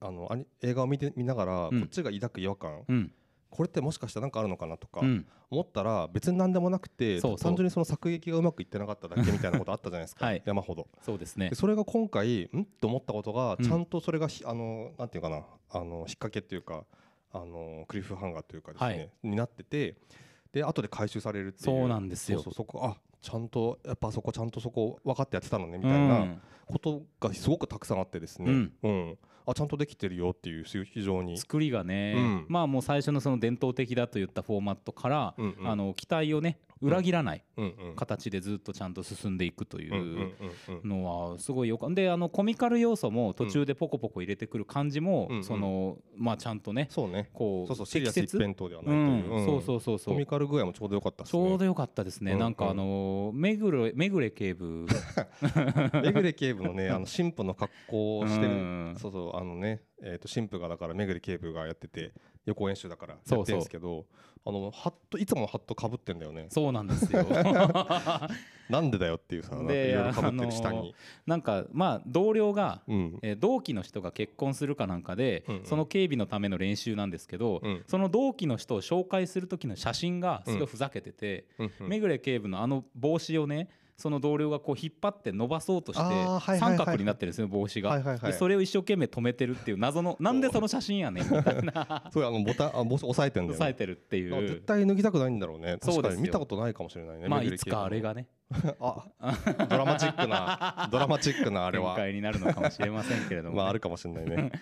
Speaker 2: あのアニ映画を見て見ながらこ
Speaker 1: うん
Speaker 2: っちが抱く違和感、
Speaker 1: うん
Speaker 2: これってもしかしたらなんかあるのかなとか
Speaker 1: うん、
Speaker 2: 思ったら別に何でもなくて
Speaker 1: そうそう
Speaker 2: 単純にその作劇がうまくいってなかっただけみたいなことあったじゃないですか、
Speaker 1: はい
Speaker 2: 山ほど。
Speaker 1: そうですね
Speaker 2: でそれが今回んって思ったことが
Speaker 1: うん
Speaker 2: ちゃんとそれがひ、あのなんていうかなあの引っ掛けっていうかあのクリフハンガーというかですね、
Speaker 1: はい
Speaker 2: になっててで後で回収されるっていう
Speaker 1: そうなんですよ
Speaker 2: そうそうそこあちゃんとやっぱそこちゃんとそこ分かってやってたのねみたいなことがすごくたくさんあってですね、
Speaker 1: うん
Speaker 2: うんあちゃんとできてるよっていう非非常
Speaker 1: うん
Speaker 2: に、
Speaker 1: 作りがね、
Speaker 2: うん
Speaker 1: まあもう最初のその伝統的だといったフォーマットから、
Speaker 2: うんうん
Speaker 1: あの期待をね裏切らない
Speaker 2: うんうん
Speaker 1: 形でずっとちゃんと進んでいくとい
Speaker 2: うんうんうん
Speaker 1: う
Speaker 2: うん
Speaker 1: のはすごいよかであのコミカル要素も途中でポコポコ入れてくる感じも、
Speaker 2: うん
Speaker 1: そのまあちゃんとね
Speaker 2: そうね
Speaker 1: こう
Speaker 2: そうそうシリアス一辺倒ではな
Speaker 1: う
Speaker 2: いという、
Speaker 1: ん、そうそうそうそ
Speaker 2: コ
Speaker 1: う
Speaker 2: ミカル具合もちょうどよかったです
Speaker 1: ちょう
Speaker 2: ね
Speaker 1: どよかったですね、
Speaker 2: うん
Speaker 1: なんかあのー目黒目暮警 部
Speaker 2: めぐれ警部のね、あの神父の格好をして
Speaker 1: う
Speaker 2: る
Speaker 1: ん、
Speaker 2: そうそう、あのね、えっと神父がだからめぐれ警部がやってて予行演習だからやって
Speaker 1: そ
Speaker 2: る
Speaker 1: うんそう
Speaker 2: ですけど、あのハットいつもハットかぶってんだよね。
Speaker 1: そうなんです よ
Speaker 2: なんでだよっていうさ、なんか
Speaker 1: で
Speaker 2: いろいろかぶってる下
Speaker 1: あのー
Speaker 2: に。
Speaker 1: なんかまあ同僚が、
Speaker 2: うん。
Speaker 1: えー同期の人が結婚するかなんかで、
Speaker 2: うんうん
Speaker 1: その警備のための練習なんですけど、
Speaker 2: うん
Speaker 1: その同期の人を紹介する時の写真がすごいふざけてて、
Speaker 2: うんうん
Speaker 1: 目暮警部のあの帽子をねその同僚がこう引っ張って伸ばそうとして
Speaker 2: あーはいはいはいは
Speaker 1: 三
Speaker 2: い
Speaker 1: 角になってるんですよ帽子が、
Speaker 2: はいはいはい
Speaker 1: でそれを一生懸命止めてるっていう謎のなんでその写真やねん みたいな
Speaker 2: そうあのボタンあボス押さえてんだよ
Speaker 1: 抑え
Speaker 2: ね。
Speaker 1: てるってい
Speaker 2: なんか絶
Speaker 1: う
Speaker 2: 対脱ぎたくないんだろうね。
Speaker 1: そ
Speaker 2: 確
Speaker 1: うで
Speaker 2: か
Speaker 1: す
Speaker 2: に
Speaker 1: よ
Speaker 2: 見たことないかもしれないね。
Speaker 1: まあ
Speaker 2: めぐ
Speaker 1: い
Speaker 2: れ
Speaker 1: つ
Speaker 2: 警部
Speaker 1: か
Speaker 2: の
Speaker 1: あれ。がね
Speaker 2: あ、ドラマチックなドラマチックなあれ
Speaker 1: 展
Speaker 2: は。
Speaker 1: 開になるのかもしれませんけれども、ね
Speaker 2: まああるかもしれな いね。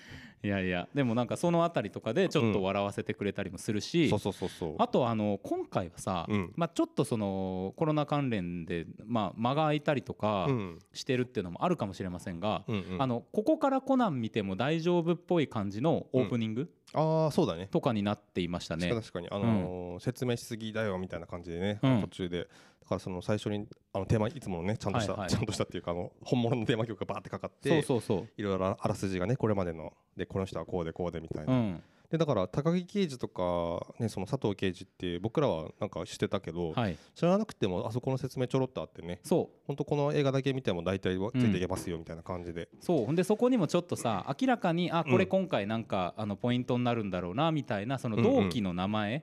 Speaker 1: いやいやでもなんかそのあたりとかでちょっと笑わせてくれたりもするし、
Speaker 2: そうそうそうそう。
Speaker 1: あとあの今回はさ、
Speaker 2: うん
Speaker 1: まあ、ちょっとそのコロナ関連で、まあ、間が空いたりとか
Speaker 2: うん
Speaker 1: してるっていうのもあるかもしれませんが、
Speaker 2: うんうん
Speaker 1: あのここからコナン見ても大丈夫っぽい感じのオープニング
Speaker 2: ああそうだね。
Speaker 1: とかになっていましたね。
Speaker 2: 確かに、あのー説明しすぎだよみたいな感じでね、
Speaker 1: うん
Speaker 2: 途中でだからその最初にあのテーマいつものねちゃんとした、
Speaker 1: はいはい
Speaker 2: ちゃんとしたっていうかあの本物のテーマ曲がバーってかかって
Speaker 1: そうそうそ、
Speaker 2: いろいろあらすじがねこれまでのでこの人はこうでこうでみたいう
Speaker 1: う
Speaker 2: な、
Speaker 1: ん
Speaker 2: でだから高木刑事とか、ね、その佐藤刑事って僕らはなんか知ってたけど、
Speaker 1: はい、
Speaker 2: 知らなくてもあそこの説明ちょろっとあってね
Speaker 1: そう
Speaker 2: ほんとこの映画だけ見ても大体はついていけますよみたいな感じで、
Speaker 1: そうほんでそこにもちょっとさ明らかにあこれ
Speaker 2: うん
Speaker 1: 今回なんか、あのポイントになるんだろうなみたいなその同期の名前
Speaker 2: う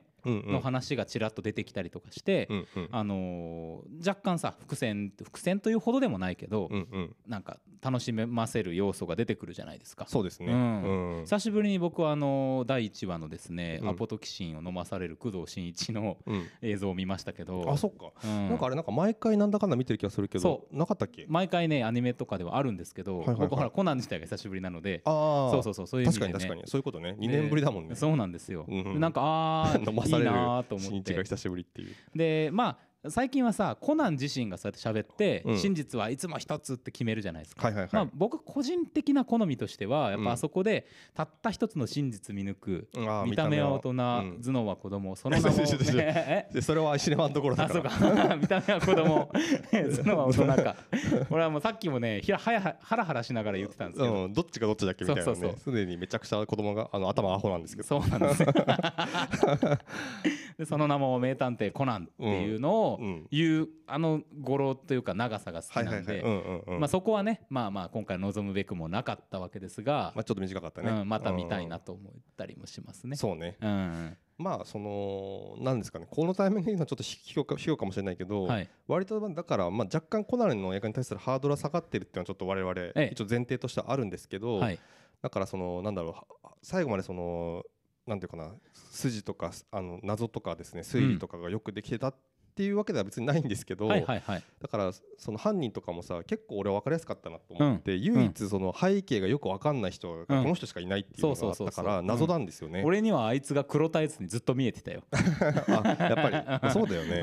Speaker 2: んうん
Speaker 1: の話がちらっと出てきたりとかして、
Speaker 2: うんうん
Speaker 1: あのー若干さ伏線伏線というほどでもないけど、
Speaker 2: うんうん
Speaker 1: なんか楽しめませる要素が出てくるじゃないですか。
Speaker 2: そうですね、
Speaker 1: うん
Speaker 2: うん
Speaker 1: 久しぶりに僕はあのー第1話のですね、
Speaker 2: うん
Speaker 1: アポトキシンを飲まされる工藤新一の
Speaker 2: うん
Speaker 1: 映像を見ましたけど
Speaker 2: あそっか
Speaker 1: うん
Speaker 2: なんかあれなんか毎回なんだかんだ見てる気がするけど
Speaker 1: そ
Speaker 2: なかったっけ
Speaker 1: 毎回ねアニメとかではあるんですけど、
Speaker 2: はいはいはい
Speaker 1: 僕ほらコナン自体が久しぶりなので
Speaker 2: ああ
Speaker 1: そうそうそうそういう意味で、
Speaker 2: 確か
Speaker 1: ね、
Speaker 2: に確かにそういうことね2年ぶりだもんね
Speaker 1: そうなんですよ、
Speaker 2: うんうん
Speaker 1: でなんかああ
Speaker 2: 飲ま
Speaker 1: いい
Speaker 2: される
Speaker 1: なーと
Speaker 2: 新
Speaker 1: 思っ
Speaker 2: 一が
Speaker 1: て
Speaker 2: 久しぶりっていう
Speaker 1: でまあ最近はさコナン自身がそうやって喋って、
Speaker 2: うん
Speaker 1: 真実はいつも一つって決めるじゃないですか
Speaker 2: はいはい
Speaker 1: ま
Speaker 2: は
Speaker 1: あ
Speaker 2: い、
Speaker 1: 僕個人的な好みとしてはやっ
Speaker 2: うん
Speaker 1: ぱあそこでたった一つの真実見抜く
Speaker 2: うんあー
Speaker 1: 見た目は大人
Speaker 2: うん
Speaker 1: 頭脳は子供その名も
Speaker 2: ちょちょちょちょ
Speaker 1: ねえ
Speaker 2: でそれはシネマのところだ
Speaker 1: あ
Speaker 2: か
Speaker 1: そう
Speaker 2: ら
Speaker 1: か 見た目は子 供頭脳は大人か俺はもうさっきもねひらはやはハラハラしながら言ってたんですけど
Speaker 2: うん、どっちがどっちだっけみたいなね
Speaker 1: そうそうそう
Speaker 2: すでにめちゃくちゃ子供があの頭アホなんですけど
Speaker 1: そうなんですよでその名も名探偵コナンっていうのを
Speaker 2: うんうん
Speaker 1: 言うあの語呂というか長さが好き
Speaker 2: はい
Speaker 1: な
Speaker 2: は
Speaker 1: いん
Speaker 2: はい
Speaker 1: で
Speaker 2: うんうんうん
Speaker 1: まあそこはねまあまあ今回望むべくもなかったわけですが
Speaker 2: まあちょっと短かったね、
Speaker 1: うん、また見たいな
Speaker 2: と、
Speaker 1: と思ったりもしますね。
Speaker 2: そうね
Speaker 1: うんうん
Speaker 2: まあそのなんですかねこのタイミングで言うのはちょっと卑怯か卑怯かもしれないけど、
Speaker 1: はい、
Speaker 2: 割とまあだからまあ若干コナンの映画に対するハードルは下がってるっていうのはちょっと我々
Speaker 1: ええ
Speaker 2: 一応前提としてはあるんですけど、
Speaker 1: はい、
Speaker 2: だからそのなんだろうは最後までそのなんていうかな筋とかあの謎とかですね推理とかがよくできてたっていうわけでは別にないんですけど、
Speaker 1: はいはいはい
Speaker 2: だからその犯人とかもさ結構俺は分かりやすかったなと思って、唯一その背景がよく分かんない人が、
Speaker 1: うん
Speaker 2: この人しかいないっていうのがあっ
Speaker 1: そうそう
Speaker 2: た
Speaker 1: そ
Speaker 2: か
Speaker 1: うそう
Speaker 2: ら謎なんですよね。
Speaker 1: 俺にはあいつが黒タイツにずっと見えてたよ、
Speaker 2: あ やっぱりまあそうだよ
Speaker 1: う
Speaker 2: ね。
Speaker 1: ん、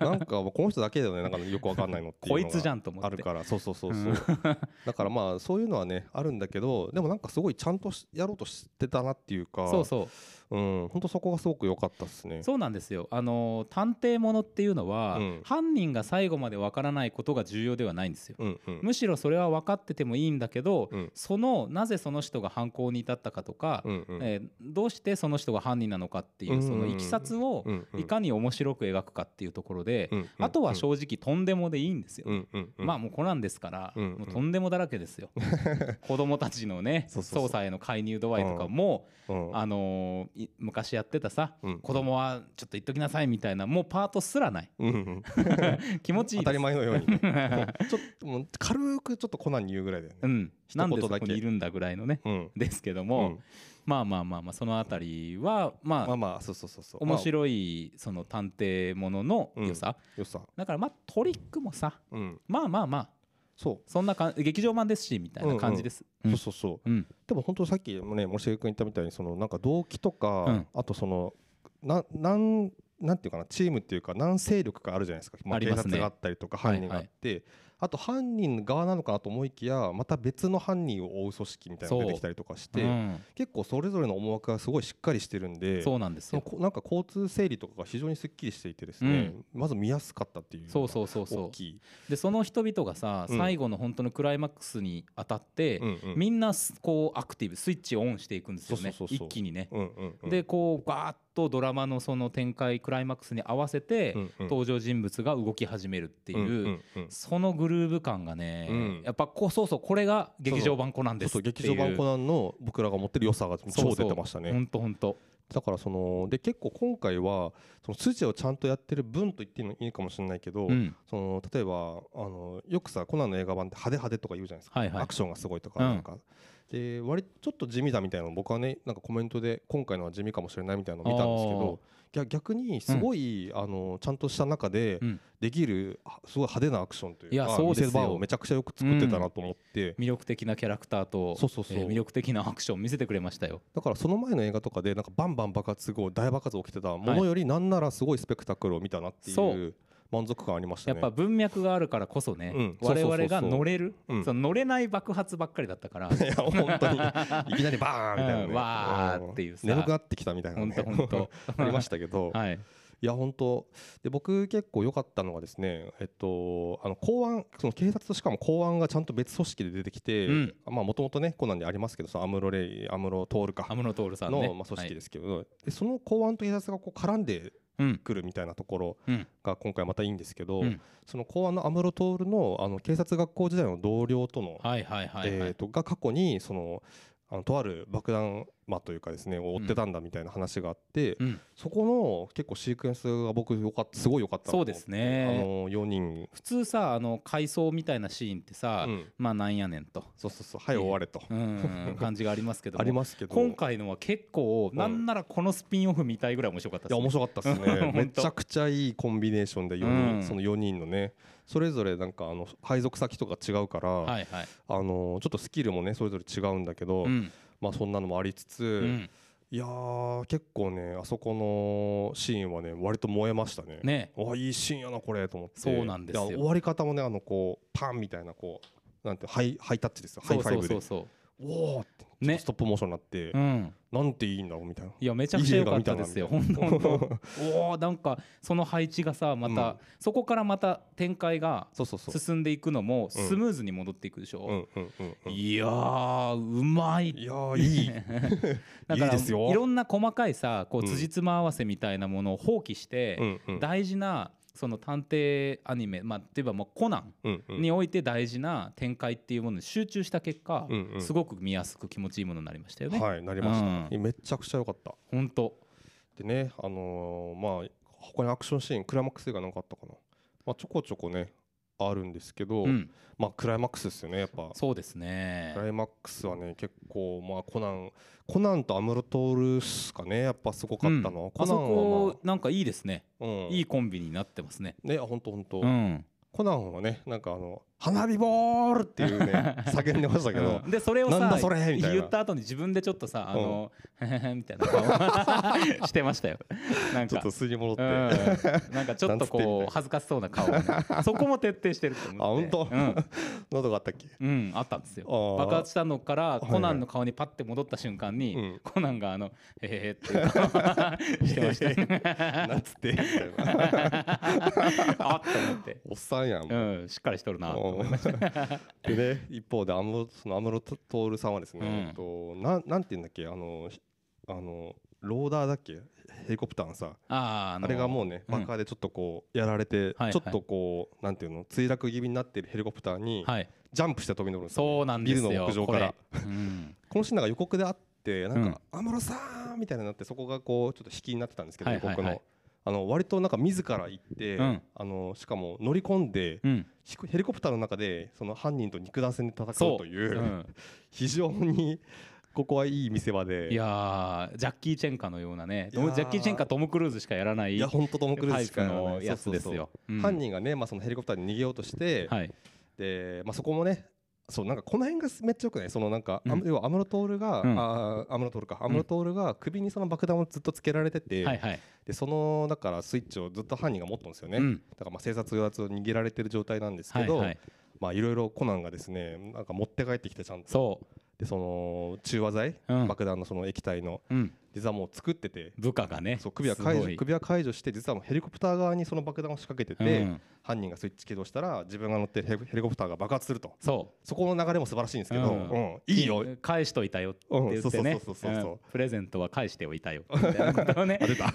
Speaker 2: なんかもうこの人だけだよねなんかよく分かんないのっていう
Speaker 1: こ
Speaker 2: の
Speaker 1: い
Speaker 2: が
Speaker 1: つじゃんと思って
Speaker 2: あるからそうそうそうそうう だからまあそういうのはねあるんだけどでもなんかすごいちゃんとしやろうとしてたなっていうか
Speaker 1: そうそう
Speaker 2: うん本当そこがすごく良かったですね
Speaker 1: そうなんですよあの探偵ものっていうのは、
Speaker 2: うん
Speaker 1: 犯人が最後までわからないことが重要ではないんですよ、
Speaker 2: うんうん
Speaker 1: むしろそれは分かっててもいいんだけど、
Speaker 2: うん
Speaker 1: そのなぜその人が犯行に至ったかとか、
Speaker 2: うんうん
Speaker 1: えーどうしてその人が犯人なのかっていううん
Speaker 2: うん
Speaker 1: そ
Speaker 2: うん
Speaker 1: のいきさつを
Speaker 2: うんうん
Speaker 1: いかに面白く描くかっていうところで、
Speaker 2: うんうん
Speaker 1: あとは正直とんでもでいいんですよ、
Speaker 2: うんうんうん
Speaker 1: まあもうコナンですから、
Speaker 2: うんうん
Speaker 1: もうとんでもだらけです よ子供たちのね
Speaker 2: そうそうそう
Speaker 1: 捜査への介入度合いとかも、
Speaker 2: うん
Speaker 1: あのーい昔やってたさ、
Speaker 2: うん
Speaker 1: 子供はちょっと言っときなさいみたいなもうパートすらない
Speaker 2: うんうん
Speaker 1: 気持ちい
Speaker 2: 当
Speaker 1: いで
Speaker 2: た
Speaker 1: す
Speaker 2: り前のようにもうちょっともう軽くちょっとコナンに言うぐらいだよ
Speaker 1: う
Speaker 2: ね
Speaker 1: ん、
Speaker 2: 一
Speaker 1: な
Speaker 2: 言
Speaker 1: ん
Speaker 2: だけ
Speaker 1: でそこにいるんだぐらいのね
Speaker 2: うん
Speaker 1: ですけども、
Speaker 2: うん
Speaker 1: まあまあまあまあそのあたりはまあ、
Speaker 2: まあまあそうそうそうそう
Speaker 1: 面
Speaker 2: ま
Speaker 1: 白いその探偵ものの良さ、
Speaker 2: あ良さ
Speaker 1: だからまあトリックもさ
Speaker 2: うん
Speaker 1: まあまあまあ
Speaker 2: そ
Speaker 1: そんなかん劇場版ですしみたいな感じです。
Speaker 2: う
Speaker 1: うん
Speaker 2: そうそうそう
Speaker 1: うん
Speaker 2: でも本当さっきもね森重君言ったみたいにそのなんか動機とか、
Speaker 1: うん
Speaker 2: あとそのななんなんていうかなチームっていうか何勢力かあるじゃないですか、
Speaker 1: あり
Speaker 2: 警
Speaker 1: ますね
Speaker 2: 察があったりとか犯人があって、あと犯人側なのかなと思いきやまた別の犯人を追う組織みたいなのが
Speaker 1: そう
Speaker 2: 出てきたりとかし
Speaker 1: う
Speaker 2: て、
Speaker 1: ん
Speaker 2: 結構それぞれの思惑がすごいしっかりしてるんで
Speaker 1: そうなんです
Speaker 2: その
Speaker 1: よ。
Speaker 2: こなんか交通整理とかが非常にすっきりしていてですね、まず見やすかったっていう
Speaker 1: そうそうそうそ
Speaker 2: 大きい、
Speaker 1: うでその人々がさ
Speaker 2: うん
Speaker 1: 最後の本当のクライマックスに当たって、
Speaker 2: うんうん
Speaker 1: みんなすこうアクティブスイッチをオンしていくんですよね
Speaker 2: そうそうそうそう
Speaker 1: 一気にね。
Speaker 2: うんうんうん
Speaker 1: でこうガーッとドラマのその展開クライマックスに合わせて、
Speaker 2: うんうん
Speaker 1: 登場人物が動き始めるっていう、
Speaker 2: うんうんうん
Speaker 1: そのグルーヴ感がね、
Speaker 2: うん
Speaker 1: やっぱこうそうそうこれが劇場版コナン
Speaker 2: そ
Speaker 1: で
Speaker 2: う
Speaker 1: す
Speaker 2: そ
Speaker 1: っ
Speaker 2: う
Speaker 1: ていう
Speaker 2: 劇場版コナンの僕らが持ってる良さが超出てましたね
Speaker 1: 本当本当
Speaker 2: だからそので結構今回はその筋をちゃんとやってる分と言ってもいいかもしれないけど、
Speaker 1: うん
Speaker 2: その例えばあのよくさコナンの映画版って派手派手とか言うじゃないですか、
Speaker 1: はいはい
Speaker 2: アクションがすごいとか
Speaker 1: うん
Speaker 2: なんか、で割とちょっと地味だみたいなの僕はねなんかコメントで今回のは地味かもしれないみたいなのを見たんですけど逆逆にすごい、あのちゃんとした中で
Speaker 1: うん
Speaker 2: できるあすごい派手なアクションというか
Speaker 1: いやそうですよ
Speaker 2: 見せ場をめちゃくちゃよく作ってたなと思って、
Speaker 1: 魅力的なキャラクターと
Speaker 2: そうそうそう
Speaker 1: えー魅力的なアクション見せてくれましたよ
Speaker 2: だからその前の映画とかでなんかバンバン爆発後大爆発起きてたものよりなんならすごいスペクタクルを見たなってい
Speaker 1: そう
Speaker 2: 満足感ありました
Speaker 1: やっ
Speaker 2: ね。
Speaker 1: ぱ文脈があるからこそね、
Speaker 2: うんそうそう
Speaker 1: 我
Speaker 2: そうそう
Speaker 1: 々が乗れる、
Speaker 2: うん
Speaker 1: その乗れない爆発ばっかりだった から
Speaker 2: いや本 当にいきなりバーンみたいなね、
Speaker 1: うんわーっていうさ
Speaker 2: ん眠くなってきたみたいな
Speaker 1: 本
Speaker 2: ね
Speaker 1: 当本当
Speaker 2: ありましたけど、い、
Speaker 1: はい
Speaker 2: や本当で僕結構良かったのがですねえっとあの公安その警察としかも公安がちゃんと別組織で出てきて、
Speaker 1: うん
Speaker 2: まあ元々ねコナンにありますけどそのアムロレイアムロトールか
Speaker 1: 安室徹さん
Speaker 2: の、
Speaker 1: ね、
Speaker 2: まあ組織ですすけど、でその公安と警察がこう絡んで
Speaker 1: はいうん
Speaker 2: くるみたいなところ
Speaker 1: うん
Speaker 2: が今回またいいんですけど、
Speaker 1: うん
Speaker 2: その公安の安室徹のあの警察学校時代の同僚との、
Speaker 1: はいはいはいはい、
Speaker 2: えー、とが過去にそのあのとある爆弾魔というかですねを追ってたんだみたいな話があって、
Speaker 1: うん、
Speaker 2: そこの結構シークエンスが僕よかっすごい良かったなと思って
Speaker 1: そうですね
Speaker 2: あの4人、
Speaker 1: 普通さあの回想みたいなシーンってさ、
Speaker 2: うん
Speaker 1: まあなんやねんと、
Speaker 2: そうそうそうはい終われと、
Speaker 1: うん、感じがありますけども
Speaker 2: ありますけど
Speaker 1: 今回のは結構なんならこのスピンオフ見たいぐらい面白かった
Speaker 2: い
Speaker 1: で
Speaker 2: や
Speaker 1: す、ね
Speaker 2: 面、白かったです
Speaker 1: 本
Speaker 2: ね
Speaker 1: 当
Speaker 2: めちゃくちゃいいコンビネーションで4人、
Speaker 1: うん
Speaker 2: その4人のねそれぞれなんかあの配属先とか違うから、
Speaker 1: はいはい、
Speaker 2: あのちょっとスキルもねそれぞれ違うんだけど、
Speaker 1: うん
Speaker 2: まあそんなのもありつつ、
Speaker 1: うん、
Speaker 2: いやー結構ねあそこのシーンはね割と燃えましたね。
Speaker 1: ね
Speaker 2: わいいシーンやなこれと思って
Speaker 1: そうなんですよ
Speaker 2: あの終わり方もねあのこうパンみたいなこうなんてハイハイタッチですよハ
Speaker 1: そ
Speaker 2: イ
Speaker 1: う
Speaker 2: ファ
Speaker 1: そ
Speaker 2: イ
Speaker 1: う
Speaker 2: ブ
Speaker 1: そ
Speaker 2: で
Speaker 1: うそ
Speaker 2: おおって
Speaker 1: うね
Speaker 2: ストップモーションになって、
Speaker 1: うん
Speaker 2: なんていいんだろうみたいない
Speaker 1: やめちゃくちゃ良かった
Speaker 2: いい映画見たな
Speaker 1: ですよ本当本当おおなんかその配置がさまた、
Speaker 2: うん
Speaker 1: そこからまた展開が
Speaker 2: そうそうそう
Speaker 1: 進んでいくのも
Speaker 2: うん
Speaker 1: スムーズに戻っていくでしょ、
Speaker 2: うんうんうんうん
Speaker 1: いやーうまい
Speaker 2: いやー いい
Speaker 1: だ
Speaker 2: い
Speaker 1: か
Speaker 2: い
Speaker 1: ら
Speaker 2: ですよ
Speaker 1: いろんな細かいさこう
Speaker 2: うん
Speaker 1: 辻褄合わせみたいなものを放棄して、
Speaker 2: うんうん
Speaker 1: 大事なその探偵アニメまあ例えばもうコナン
Speaker 2: うんうん
Speaker 1: において大事な展開っていうものに集中した結果、
Speaker 2: うんうん
Speaker 1: すごく見やすく気持ちいいものになりましたよね。
Speaker 2: はいなりました、
Speaker 1: うん
Speaker 2: いやめちゃくちゃ良かった
Speaker 1: 本当
Speaker 2: でねあのーまあ他にアクションシーンクライマックス映画なんかあったかなまあちょこちょこねあるんですけど、
Speaker 1: うん、
Speaker 2: まあクライマックスですよねやっぱ
Speaker 1: そうですね
Speaker 2: クライマックスはね結構まあコナンコナンとアムロトールスかねやっぱすごかったのは、
Speaker 1: うんあ
Speaker 2: コナ
Speaker 1: そ
Speaker 2: ンは
Speaker 1: こなんかいいですね、
Speaker 2: まあ、うん、
Speaker 1: いいコンビになってますね
Speaker 2: ね本当本当、
Speaker 1: うん
Speaker 2: コナンはねなんかあの花火ボールっていう ね叫んでましたけど、
Speaker 1: うんでそれを
Speaker 2: なん
Speaker 1: さ
Speaker 2: だそれみたいな
Speaker 1: 言った後に自分でちょっとさあの、みたいな顔 してましたよなん
Speaker 2: ちょっ
Speaker 1: か
Speaker 2: と筋に戻って、
Speaker 1: うんなんかちょっと
Speaker 2: なんつってん
Speaker 1: こ
Speaker 2: だ
Speaker 1: う恥ずかしそうな顔ね、そこも徹底してると思って
Speaker 2: あ本当
Speaker 1: うん
Speaker 2: 喉があったっけ
Speaker 1: うん、あったんですよ
Speaker 2: あー
Speaker 1: 爆発したのから
Speaker 2: はい
Speaker 1: コナンの顔にパッて戻った瞬間に、
Speaker 2: うん
Speaker 1: コナンがあの「へへ」っていう顔してましたね
Speaker 2: なんつってみ たいな
Speaker 1: あっと思って、
Speaker 2: おっさんやん、
Speaker 1: うん、しっかりしとるなと思いました
Speaker 2: でね 一方で安室その安室徹さんはですね、
Speaker 1: うん
Speaker 2: えっとなんなんて言うんだっけあのひあのローダーだっけヘリコプターのさ
Speaker 1: あーあ
Speaker 2: あれがもうね
Speaker 1: うん
Speaker 2: 爆破でちょっとこうやられて、
Speaker 1: はい
Speaker 2: ちょっとこうなんていうの墜落気味になってるヘリコプターに
Speaker 1: うはい
Speaker 2: ジャンプして飛び乗るんですよ、
Speaker 1: そうなんですよ
Speaker 2: ビルの屋上から
Speaker 1: これうん
Speaker 2: このシーンなんか予告であってなんか安室さんみたいになってそこがこうちょっと引きになってたんですけど
Speaker 1: は
Speaker 2: 予
Speaker 1: いはいはい
Speaker 2: 告の。あの割となんか自ら行って、
Speaker 1: うん
Speaker 2: あのしかも乗り込んで、
Speaker 1: うん
Speaker 2: ひヘリコプターの中でその犯人と肉弾戦で戦
Speaker 1: そうう
Speaker 2: とい
Speaker 1: う
Speaker 2: う
Speaker 1: ん
Speaker 2: 非常にここはいい見せ場で
Speaker 1: いやージャッキー・チェンカのようなね
Speaker 2: いやー
Speaker 1: ジャッキー・チェンカトム・クルーズしかやらない
Speaker 2: いや本当トム・クルー
Speaker 1: タ
Speaker 2: ズ
Speaker 1: イ
Speaker 2: し
Speaker 1: プ
Speaker 2: かやらない
Speaker 1: のやつです
Speaker 2: そうそう
Speaker 1: よ。
Speaker 2: そう
Speaker 1: うん
Speaker 2: 犯人がね、まあ、そのヘリコプターに逃げようとして、
Speaker 1: はい
Speaker 2: でまあ、そこもねそうなんかこの辺がめっちゃよくないそのなんか、あ
Speaker 1: うん
Speaker 2: 要はアムロトールが、
Speaker 1: うん
Speaker 2: あーアムロトールか
Speaker 1: ん
Speaker 2: アムロトールが首にその爆弾をずっとつけられてて、
Speaker 1: はいはい
Speaker 2: でそのだからスイッチをずっと犯人が持ったんですよね、
Speaker 1: う
Speaker 2: だ
Speaker 1: ん
Speaker 2: からまあ警察を逃げられてる状態なんです
Speaker 1: は
Speaker 2: け
Speaker 1: い
Speaker 2: ど、
Speaker 1: はい
Speaker 2: まあいろいろコナンがですねなんか持って帰ってきてちゃんと
Speaker 1: そ
Speaker 2: でその中和剤、
Speaker 1: うん
Speaker 2: 爆弾のその液体の
Speaker 1: う、うん、
Speaker 2: 実はもう作ってて
Speaker 1: 部下がね
Speaker 2: そう首は解
Speaker 1: すご
Speaker 2: 除
Speaker 1: い
Speaker 2: 首は解除して実はもうヘリコプター側にその爆弾を仕掛けてて、
Speaker 1: うん
Speaker 2: 犯人がスイッチ起動したら自分が乗ってるヘリヘリコプターが爆発すると
Speaker 1: そ
Speaker 2: そこの流れも素晴らしいんですけど、う
Speaker 1: うんんう
Speaker 2: いいよ、
Speaker 1: 返しといたよって言って
Speaker 2: うん
Speaker 1: ね
Speaker 2: そうそうそうそうそう
Speaker 1: うんプレゼントは返しておいたよみたいなことをね
Speaker 2: あ 出た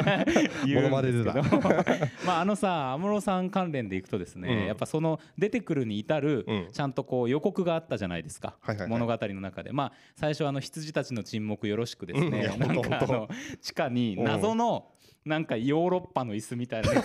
Speaker 1: 言うんですけど
Speaker 2: モノ
Speaker 1: まああのさ安室さん関連でいくとですね、
Speaker 2: うん
Speaker 1: やっぱその出てくるに至る、
Speaker 2: うん
Speaker 1: ちゃんとこう予告があったじゃないですか、
Speaker 2: はいはいはい
Speaker 1: 物語の中でまあ最初あの羊たちの沈黙よろしくです
Speaker 2: うんい
Speaker 1: ね、
Speaker 2: やほん
Speaker 1: な
Speaker 2: と
Speaker 1: んかあ
Speaker 2: ほんと
Speaker 1: の地下に謎の、なんかヨーロッパの椅子みたいな のに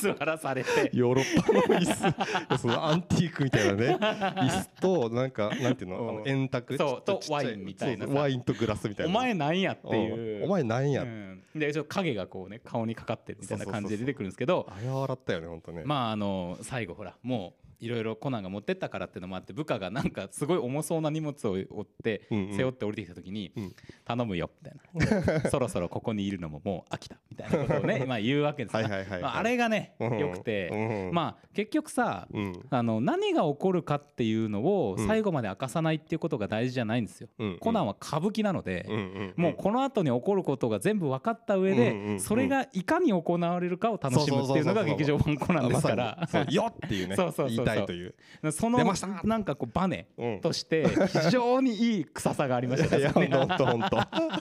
Speaker 1: 座らされて
Speaker 2: ヨーロッパの椅子そのアンティークみたいな ね椅子となんかなんていうのあの
Speaker 1: うん
Speaker 2: 円卓
Speaker 1: そう
Speaker 2: ちょっちゃ
Speaker 1: とワインみたいな
Speaker 2: そうそうワインとグラスみたい
Speaker 1: お
Speaker 2: な
Speaker 1: 前なんやって
Speaker 2: う
Speaker 1: い
Speaker 2: ん
Speaker 1: う。
Speaker 2: お前なんや、
Speaker 1: うん、でちょっと影がこうね顔にかかってるみたいな感じで出てくるんですけど
Speaker 2: あれは笑ったよね本当ね、
Speaker 1: まああの最後ほらもういろいろコナンが持ってったからってのもあって部下がなんかすごい重そうな荷物を負って
Speaker 2: うんうん
Speaker 1: 背負って降りてきた時に
Speaker 2: うん
Speaker 1: 「頼むよ」みたい な「そろそろここにいるのももう飽きた」みたいなことをねまあ言うわけです
Speaker 2: はい
Speaker 1: よ
Speaker 2: はいはいはい
Speaker 1: まああれがね
Speaker 2: うん
Speaker 1: よくて
Speaker 2: うん
Speaker 1: まあ結局さ
Speaker 2: うん
Speaker 1: あの何が起こるかっていうのを
Speaker 2: うん
Speaker 1: 最後まで明かさないっていうことが大事じゃないんですよ。
Speaker 2: うん
Speaker 1: コナンは歌舞伎なので、
Speaker 2: うんうんうん
Speaker 1: もうこの後に起こることが全部分かった上で、
Speaker 2: うんうんうん
Speaker 1: それがいかに行われるかを楽しむっていうのが劇場版コナンですから
Speaker 2: あまさにそうよっていう ね
Speaker 1: そうそうそうそう
Speaker 2: 言いたいという、
Speaker 1: そ
Speaker 2: 出
Speaker 1: の
Speaker 2: ました
Speaker 1: なんかこうバネ
Speaker 2: うん
Speaker 1: として非常にいい臭さがありました
Speaker 2: い
Speaker 1: ね
Speaker 2: や
Speaker 1: そこ
Speaker 2: 本
Speaker 1: ね
Speaker 2: 当本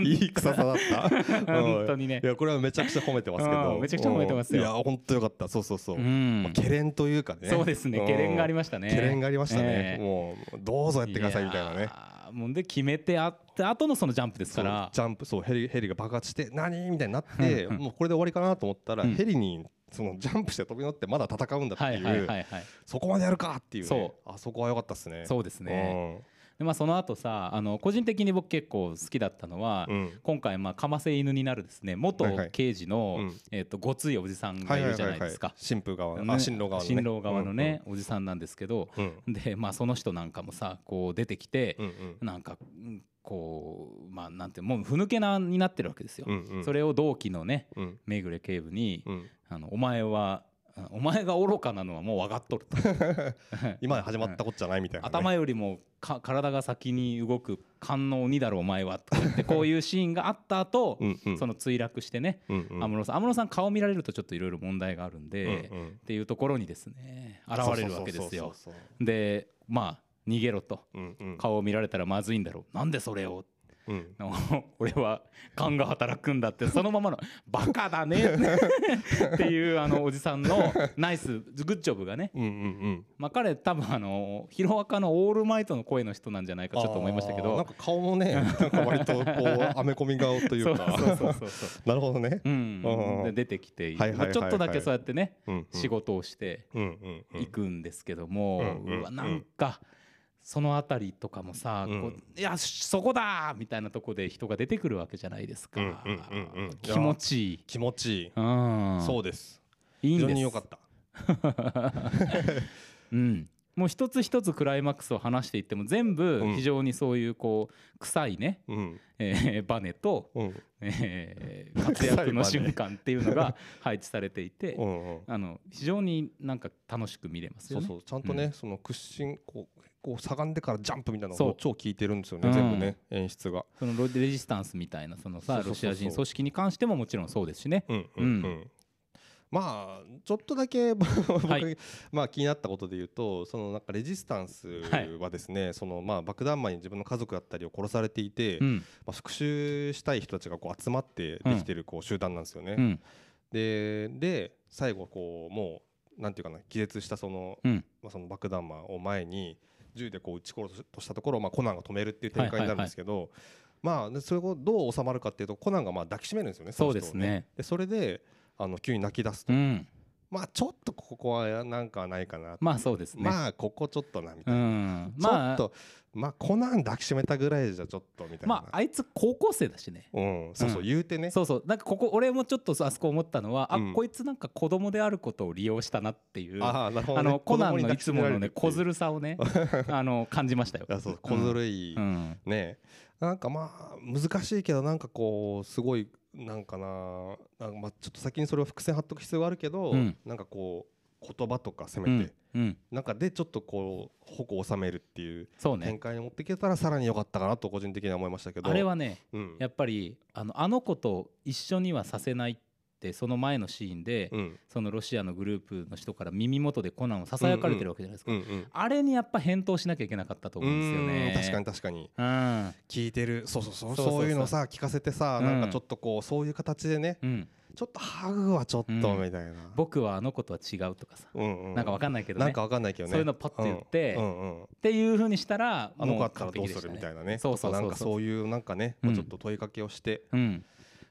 Speaker 2: いい臭さだった
Speaker 1: 本当にね
Speaker 2: うんいやこれはめちゃくちゃ褒めてますけど
Speaker 1: うんめちゃくちゃ褒めてますよ
Speaker 2: うんいや本当よかったそうそうそう
Speaker 1: う
Speaker 2: まあ
Speaker 1: ん
Speaker 2: けれんというかね
Speaker 1: そうですねけれんがあり
Speaker 2: まし
Speaker 1: ましたね
Speaker 2: けれんがありましたね
Speaker 1: ええ
Speaker 2: もうどうぞやってくださいみたいなね
Speaker 1: やーもうで決めてあって後のそのジャンプです
Speaker 2: そ
Speaker 1: か
Speaker 2: う
Speaker 1: ら
Speaker 2: ジャンプそうヘリヘリが爆発して何みたいになって
Speaker 1: うんうん
Speaker 2: もうこれで終わりかなと思ったら
Speaker 1: うん
Speaker 2: ヘリにそのジャンプして飛び乗ってまだ戦うんだって
Speaker 1: はいいはいはいうはい
Speaker 2: そこまでやるかっていうね
Speaker 1: そ
Speaker 2: あそこは良かったですね
Speaker 1: そうですねでまあその後さあの個人的に僕結構好きだったのは
Speaker 2: うんうん
Speaker 1: 今回まあかませ犬になるですね元
Speaker 2: はいはい
Speaker 1: 刑事の
Speaker 2: うん
Speaker 1: えっとごついおじさんがいるじゃないですか
Speaker 2: 新婦側の
Speaker 1: ね
Speaker 2: あ新郎側のね
Speaker 1: 新郎側のねおじさんなんですけど
Speaker 2: うんうん
Speaker 1: でまあその人なんかもさこう出てきて
Speaker 2: うんうん
Speaker 1: なんかうんこうまあなんてもうふぬけなになってるわけですよ
Speaker 2: う。んうん
Speaker 1: それを同期のね
Speaker 2: うん
Speaker 1: 目暮警部に
Speaker 2: うん
Speaker 1: あの「お前はあお前が愚かなのはもう分かっとる」と
Speaker 2: 今始まったことじゃないみたいなね
Speaker 1: 頭よりもか体が先に動く官能鬼だろお前はとか言ってこういうシーンがあった後
Speaker 2: うんうん
Speaker 1: その墜落してね
Speaker 2: うんうん
Speaker 1: 安室さん安室さん顔見られるとちょっといろいろ問題があるんで
Speaker 2: うんうん
Speaker 1: っていうところにですね現れるわけですよ。
Speaker 2: そうそうそうそう
Speaker 1: でまあ逃げろと
Speaker 2: うんうん
Speaker 1: 顔を見られたらまずいんだろうなんでそれを
Speaker 2: うん
Speaker 1: の俺は勘が働くんだってそのままの「バカだね」っていうあのおじさんのナイスグッジョブがね、
Speaker 2: うんうん
Speaker 1: まあ、彼多分あのヒロアカのオールマイトの声の人なんじゃないか
Speaker 2: うん
Speaker 1: ちょっと思いましたけ
Speaker 2: あーな
Speaker 1: ど
Speaker 2: んか顔も ねなんか割とこうアメコミ顔とい
Speaker 1: そう
Speaker 2: う
Speaker 1: そ
Speaker 2: か
Speaker 1: うそうそうそう。
Speaker 2: なるほどね
Speaker 1: う
Speaker 2: うん
Speaker 1: ん、
Speaker 2: うん
Speaker 1: で出てきて、
Speaker 2: はいはいはいはい
Speaker 1: まあちょっとだけそうやってね、
Speaker 2: うんうん
Speaker 1: 仕事をして
Speaker 2: うんうんうん
Speaker 1: いくんですけども、
Speaker 2: う
Speaker 1: うん
Speaker 2: うんうん
Speaker 1: わなんかそのあたりとかもさ、
Speaker 2: うん
Speaker 1: こういやそこだーみたいなとこで人が出てくるわけじゃないですか、
Speaker 2: うんうんうんうん
Speaker 1: 気持ちいい、
Speaker 2: 気持ちいい
Speaker 1: うん、
Speaker 2: そうです
Speaker 1: いいん
Speaker 2: 非
Speaker 1: で
Speaker 2: 常
Speaker 1: す
Speaker 2: に良かった
Speaker 1: うん、もう一つ一つクライマックスを話していっても全部
Speaker 2: うん
Speaker 1: 非常にそういうこう臭いね、
Speaker 2: うん
Speaker 1: えーバネと、
Speaker 2: うん
Speaker 1: え ー活躍の
Speaker 2: 臭いバネ
Speaker 1: 瞬間っていうのが配置されていて、
Speaker 2: うんうん
Speaker 1: あの非常になんか楽しく見れます
Speaker 2: そ
Speaker 1: よ
Speaker 2: う
Speaker 1: ね。
Speaker 2: そうちゃんとね、
Speaker 1: うん
Speaker 2: その屈伸こうこうしゃがんでからジャンプみたいなの
Speaker 1: そ
Speaker 2: が
Speaker 1: う
Speaker 2: 超効いてるんですよね、
Speaker 1: うん
Speaker 2: 全部ね演出が。
Speaker 1: そのロレジスタンスみたいなそのさ
Speaker 2: そうそう
Speaker 1: ロ
Speaker 2: そうそ
Speaker 1: シ
Speaker 2: う
Speaker 1: ア人組織に関してももちろんそうですしね。
Speaker 2: うんうんうん
Speaker 1: うん
Speaker 2: まあちょっとだけ 僕、
Speaker 1: はい
Speaker 2: まあ、気になったことで言うとそのなんかレジスタンス
Speaker 1: はい
Speaker 2: はですね、そのまあ、爆弾魔に自分の家族だったりを殺されていて、
Speaker 1: うん
Speaker 2: まあ、復讐したい人たちがこう集まってできてるこう集団なんですよね。
Speaker 1: うん
Speaker 2: でで最後こうもうなんていうかな気絶したその
Speaker 1: うん
Speaker 2: まあ、その爆弾魔を前に銃でこう撃ち殺すとしたところをまあコナンが止めるっていう展開になるんですけど、まあでそれをどう収まるかっていうとコナンがまあ抱きしめるんですよね
Speaker 1: そう
Speaker 2: の人
Speaker 1: で
Speaker 2: を
Speaker 1: すね。
Speaker 2: でそれであの急に泣き出すと、
Speaker 1: うん
Speaker 2: まあちょっとここはなんかないかな、
Speaker 1: まあそうですね。
Speaker 2: まあここちょっとなみた
Speaker 1: う
Speaker 2: いな、
Speaker 1: んま
Speaker 2: ちょ
Speaker 1: あ
Speaker 2: っとまあコナン抱きしめたぐらいじゃちょっとみたいな、
Speaker 1: まああいつ高校生だしね。
Speaker 2: うん、そうそう言うてね、
Speaker 1: そうそうなんかここ俺もちょっとそうあそこ思ったのは、
Speaker 2: うん
Speaker 1: あこいつなんか子供であることを利用したなっていうあ
Speaker 2: ああなるほどね、
Speaker 1: のコナンのいつものね
Speaker 2: 子
Speaker 1: 小ず
Speaker 2: 供に抱きしめられるってい
Speaker 1: る
Speaker 2: う
Speaker 1: さをね あの感じましたよ。
Speaker 2: あそう小ずるい、
Speaker 1: うん
Speaker 2: ねえなんかまあ難しいけどなんかこうすごいなんかななんかまあちょっと先にそれを伏線張っとく必要はあるけど、
Speaker 1: うん
Speaker 2: なんかこう言葉とかせめ
Speaker 1: うん
Speaker 2: て、
Speaker 1: うん
Speaker 2: なんかでちょっとこう矛を収めるっていう
Speaker 1: そう
Speaker 2: 展
Speaker 1: ね
Speaker 2: 開に持っていけたらさらに良かったかなと個人的には思いましたけど
Speaker 1: あれはね
Speaker 2: うん
Speaker 1: やっぱりあのあの子と一緒にはさせないってその前のシーンで、
Speaker 2: うん
Speaker 1: そのロシアのグループの人から耳元でコナンをささやかれてるわけじゃないですか、
Speaker 2: うんうん
Speaker 1: あれにやっぱ返答しなきゃいけなかったと思うんですよね
Speaker 2: うーん確かに確かに
Speaker 1: うん
Speaker 2: 聞いてるそうそうそう
Speaker 1: そうそうそう
Speaker 2: そういうのさ聞かせてさ、なんか
Speaker 1: うん
Speaker 2: ちょっとこうそういう形でね
Speaker 1: うん、
Speaker 2: ちょっとハグはちょっとみたい
Speaker 1: うん
Speaker 2: な、
Speaker 1: 僕はあの子とは違うとかさ、
Speaker 2: うんうん
Speaker 1: なんかわかんないけどね
Speaker 2: なんかわかんないけどね
Speaker 1: そういうのパッと言って
Speaker 2: うんうんうん
Speaker 1: っていうふうにしたら
Speaker 2: あの子
Speaker 1: も
Speaker 2: あったらどうするみたいなね
Speaker 1: そうそうそうそう
Speaker 2: なんかそういうなんかね、
Speaker 1: うん
Speaker 2: まあちょっと問いかけをして
Speaker 1: うん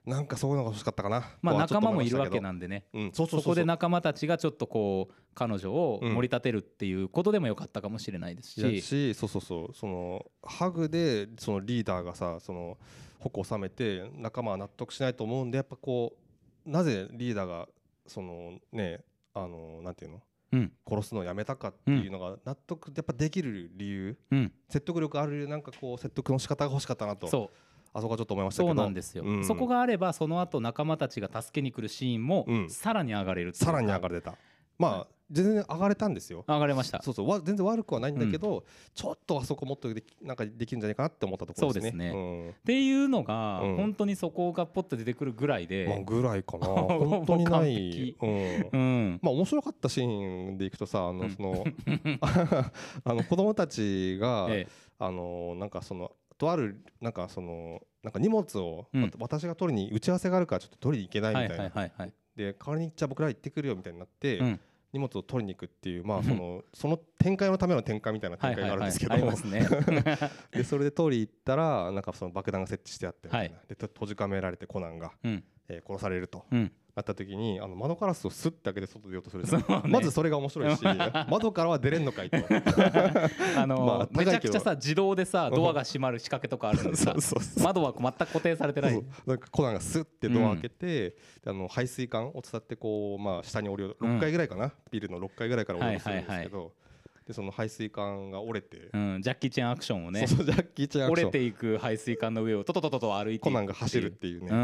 Speaker 2: なんかそういうのが欲しかったかな
Speaker 1: まあ、仲間もいるわけ
Speaker 2: ん
Speaker 1: なんでね
Speaker 2: うんそう
Speaker 1: そ
Speaker 2: そうそう
Speaker 1: こ
Speaker 2: そう
Speaker 1: で仲間たちがちょっとこう彼女を
Speaker 2: うん
Speaker 1: 盛り立てるっていうことでもよかったかもしれないですし、
Speaker 2: だしそうそうそうそのハグでそのリーダーがさその矛を収めて仲間は納得しないと思うんでやっぱこうなぜリーダーがそのねあのなんていうの
Speaker 1: うん
Speaker 2: 殺すのをやめたかっていうのが納得やっぱできる理由
Speaker 1: うん、
Speaker 2: 説得力ある理由なんかこう説得の仕方が欲しかったなと
Speaker 1: そう
Speaker 2: あそこはちょっと思いましたけ
Speaker 1: そ
Speaker 2: ど
Speaker 1: うなんですよ、
Speaker 2: うん
Speaker 1: そこがあればその後仲間たちが助けに来るシーンも
Speaker 2: うん
Speaker 1: さらに上がれる
Speaker 2: さらに上
Speaker 1: 上
Speaker 2: が
Speaker 1: が
Speaker 2: れたまあ全然上がれたんですよ
Speaker 1: 上がれました
Speaker 2: そうそうわ全然悪くはないんだけど、ちょっとあそこもっとできなんかできるんじゃないかなって思ったところですね
Speaker 1: そうですっていうのが、
Speaker 2: うん
Speaker 1: 本当にそこがポッと出てくるぐらい
Speaker 2: うんまあ、
Speaker 1: で、
Speaker 2: ぐら いかな
Speaker 1: も
Speaker 2: 本
Speaker 1: う
Speaker 2: 当にな
Speaker 1: 完
Speaker 2: い
Speaker 1: 璧、
Speaker 2: うん
Speaker 1: うん
Speaker 2: まあ面白かったシーンでいくとさあ
Speaker 1: う
Speaker 2: の
Speaker 1: ん
Speaker 2: その あの子供たちが、
Speaker 1: え
Speaker 2: あのなんかそのとあるなんかそのなんか荷物を、
Speaker 1: うん
Speaker 2: わた私が取りに打ち合わせがあるからちょっと取りに行けな
Speaker 1: え
Speaker 2: いみ
Speaker 1: は
Speaker 2: たい
Speaker 1: い
Speaker 2: な、
Speaker 1: はいはいはい
Speaker 2: で代わりにじゃあ僕ら行ってくるよみたいになって、
Speaker 1: うん
Speaker 2: 荷物を取りに行くっていうま
Speaker 1: う
Speaker 2: あ
Speaker 1: ん
Speaker 2: そのその展開のための展開みたいな
Speaker 1: は
Speaker 2: 展
Speaker 1: い
Speaker 2: 開
Speaker 1: はい
Speaker 2: がある
Speaker 1: は
Speaker 2: んで
Speaker 1: い
Speaker 2: すけど、
Speaker 1: ありますね
Speaker 2: でそれで通り行ったらなんかその爆弾が設置してあってみたいな、でと閉じ込められてコナンが、
Speaker 1: うん
Speaker 2: えー殺されると
Speaker 1: うん
Speaker 2: なった時にあの窓ガラスをスッて開けて外出ようとするじ
Speaker 1: そ
Speaker 2: ゃ
Speaker 1: うんね
Speaker 2: まずそれが面白いし窓からは出れん のかいと
Speaker 1: あの、
Speaker 2: まあ高
Speaker 1: め
Speaker 2: いけど
Speaker 1: ちゃくちゃさ自動でさドアが閉まる仕掛けとかあるのでさ
Speaker 2: そうそうそう
Speaker 1: 窓は全く固定されてない
Speaker 2: そうなんかコナンがスッてドア開けて、であの排水管を伝ってこう、まあ、下に降りよう
Speaker 1: うん
Speaker 2: 6階ぐらいかな、ビルの6階ぐらいから降りようとするんですけど、でその排水管が折れて、
Speaker 1: うん、ジャッキー・チェンアクションをね
Speaker 2: そうそうジャッキーちゃんアク
Speaker 1: 折
Speaker 2: シ
Speaker 1: れ
Speaker 2: ョン
Speaker 1: ていく排水管の上をトトトトト歩いていく
Speaker 2: コナンが走るっていうね、
Speaker 1: う
Speaker 2: う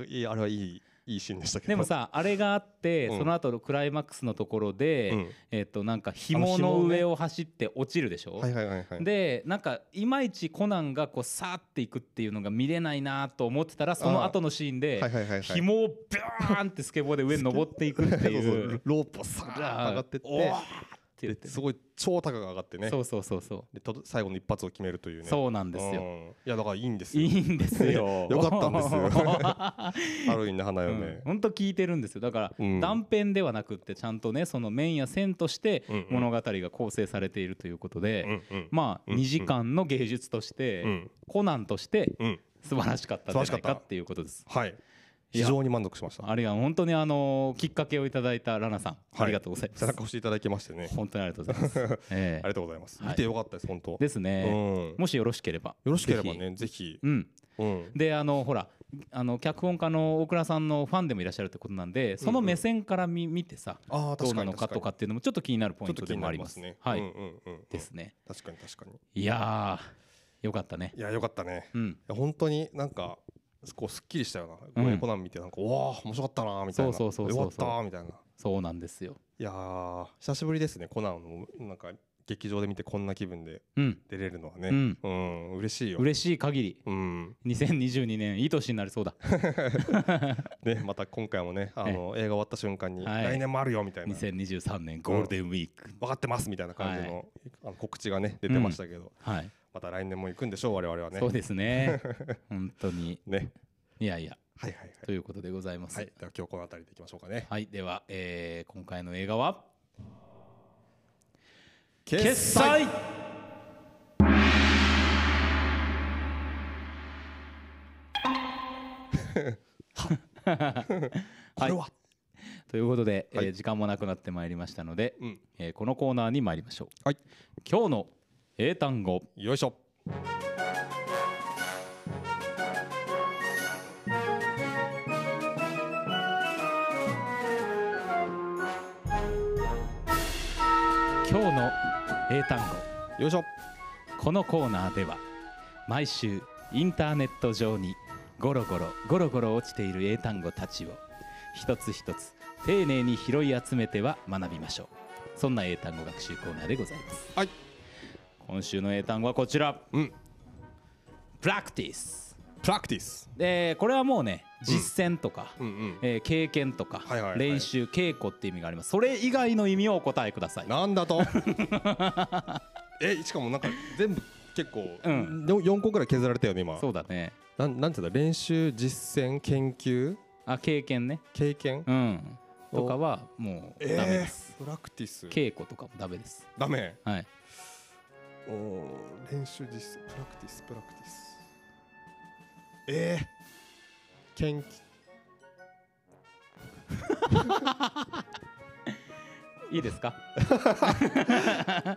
Speaker 2: んあいいあれはいいいいシーンでしたけど
Speaker 1: でも、さあれがあって、
Speaker 2: うん
Speaker 1: その後のクライマックスのところで、
Speaker 2: うん
Speaker 1: えっとなんか紐の上を走って落ちるでしょ、
Speaker 2: はいはいはいはい
Speaker 1: でなんかいまいちコナンがこうさーっていくっていうのが見れないなと思ってたらその後のシーンで
Speaker 2: はいはいはいはい
Speaker 1: 紐をビューンってスケボーで上に登っていくって
Speaker 2: そうそ
Speaker 1: いうう。
Speaker 2: ロープをさーっと上がってっ
Speaker 1: おー
Speaker 2: て
Speaker 1: って言って、
Speaker 2: ですごい超高が上がってね
Speaker 1: そうそうそうそ
Speaker 2: でと最後の一発を決めるという
Speaker 1: う
Speaker 2: ね
Speaker 1: そうなんですよ
Speaker 2: うんいやだからいいんです
Speaker 1: い
Speaker 2: よ
Speaker 1: いんですよ
Speaker 2: よかったんですよ ハロウィンの花
Speaker 1: う
Speaker 2: 嫁、
Speaker 1: ん、本当聞いてるんですよだから、
Speaker 2: うん
Speaker 1: 断片ではなくってちゃんとねその面や線として
Speaker 2: うんうん
Speaker 1: 物語が構成されているということで、
Speaker 2: うんうん
Speaker 1: まあ
Speaker 2: うん
Speaker 1: 2時間の芸術として、
Speaker 2: うん
Speaker 1: コナンとして
Speaker 2: うん
Speaker 1: 素晴らしかったんじゃないかっていうことです。
Speaker 2: はい
Speaker 1: いや
Speaker 2: 非常に満足しました
Speaker 1: あるいは本当にあのきっかけをいただいたラナさん、
Speaker 2: はい
Speaker 1: ありがとうございます
Speaker 2: 背。中押していただきましてね
Speaker 1: 本当にありがとうござい ます。
Speaker 2: あ
Speaker 1: ええ
Speaker 2: りがとうございます、
Speaker 1: はい
Speaker 2: 見てよかったです本当
Speaker 1: ですね、
Speaker 2: うん
Speaker 1: もしよろしければ。
Speaker 2: よろしければ
Speaker 1: ぜ
Speaker 2: ねぜひ
Speaker 1: ひ。うん、
Speaker 2: うん
Speaker 1: であのほらあの脚本家の大倉さんのファンでもいらっしゃるってことなんでその目線から見,、見てさ
Speaker 2: ああ
Speaker 1: どう
Speaker 2: 確か
Speaker 1: な
Speaker 2: に
Speaker 1: のか
Speaker 2: 確
Speaker 1: とか
Speaker 2: か
Speaker 1: っていうのもちょっと気になるポ
Speaker 2: に
Speaker 1: イ
Speaker 2: ちょ
Speaker 1: ント
Speaker 2: っと
Speaker 1: で
Speaker 2: 気に
Speaker 1: もあ
Speaker 2: な
Speaker 1: り
Speaker 2: り
Speaker 1: ま
Speaker 2: ますすね
Speaker 1: はい、
Speaker 2: うんうんうんうん
Speaker 1: ですね
Speaker 2: 確かに確かに
Speaker 1: いやーよかったね
Speaker 2: いやよかったね
Speaker 1: うん
Speaker 2: いや本当になんかこうすっきりしたような、
Speaker 1: うん
Speaker 2: 親コナン見てなんかうわあ面白かったなーみたいな
Speaker 1: そうそうそうそう
Speaker 2: よかったーみたいな
Speaker 1: そうなんですよ
Speaker 2: いやー久しぶりですねコナンをなんか劇場で見てこんな気分で
Speaker 1: うん
Speaker 2: 出れるのはね
Speaker 1: うん
Speaker 2: うん、嬉しいよ
Speaker 1: 嬉しい限り
Speaker 2: うん
Speaker 1: 2022年いい年になりそうだ
Speaker 2: ねまた今回もねあの映画終わった瞬間に
Speaker 1: はい
Speaker 2: 来年もあるよみたいな
Speaker 1: 2023年ゴールデンウィーク、
Speaker 2: 分かってますみたいな感じのあの告知がね出てましたけど
Speaker 1: はい、
Speaker 2: また来年も行くんでしょう我々はね
Speaker 1: そうです ね本当に
Speaker 2: ね
Speaker 1: いやいや
Speaker 2: はいはいはい
Speaker 1: ということでございますは
Speaker 2: は
Speaker 1: いい、、
Speaker 2: では今日この辺りでいきましょうかね。
Speaker 1: では、えー今回の映画は
Speaker 2: 決済これは、
Speaker 1: ということで、
Speaker 2: は
Speaker 1: えー
Speaker 2: い
Speaker 1: 時間もなくなってまいりましたので、
Speaker 2: うん、
Speaker 1: えーこのコーナーに参りましょう
Speaker 2: はい、
Speaker 1: 今日の英単語
Speaker 2: よいしょ。
Speaker 1: 今日の英単語
Speaker 2: よいしょ。
Speaker 1: このコーナーでは毎週インターネット上にゴロゴロゴロゴロ落ちている英単語たちを一つ一つ丁寧に拾い集めては学びましょうそんな英単語学習コーナーでございます
Speaker 2: はい
Speaker 1: 今週の英単語はこちら
Speaker 2: うん、
Speaker 1: practice
Speaker 2: プラクティス。
Speaker 1: でこれはもうね実践とか、
Speaker 2: うんうん。
Speaker 1: えー経験とか、
Speaker 2: はいはいはい
Speaker 1: 練習稽古って意味がありますそれ以外の意味をお答えください
Speaker 2: なんだと。 え、しかもなんか全部結構、
Speaker 1: うん
Speaker 2: よ四個ぐらい削られたよね今。
Speaker 1: そうだね
Speaker 2: なんなんていうんだ練習実践研究
Speaker 1: あ経験ね
Speaker 2: 経験。
Speaker 1: うん
Speaker 2: お
Speaker 1: とかはもう
Speaker 2: えー
Speaker 1: ダメです、
Speaker 2: プラクティス。
Speaker 1: 稽古とかもダメです
Speaker 2: ダメ。
Speaker 1: はい
Speaker 2: おー練習実践プラクティスプラクティス。えー、研究。
Speaker 1: いいですか、
Speaker 2: く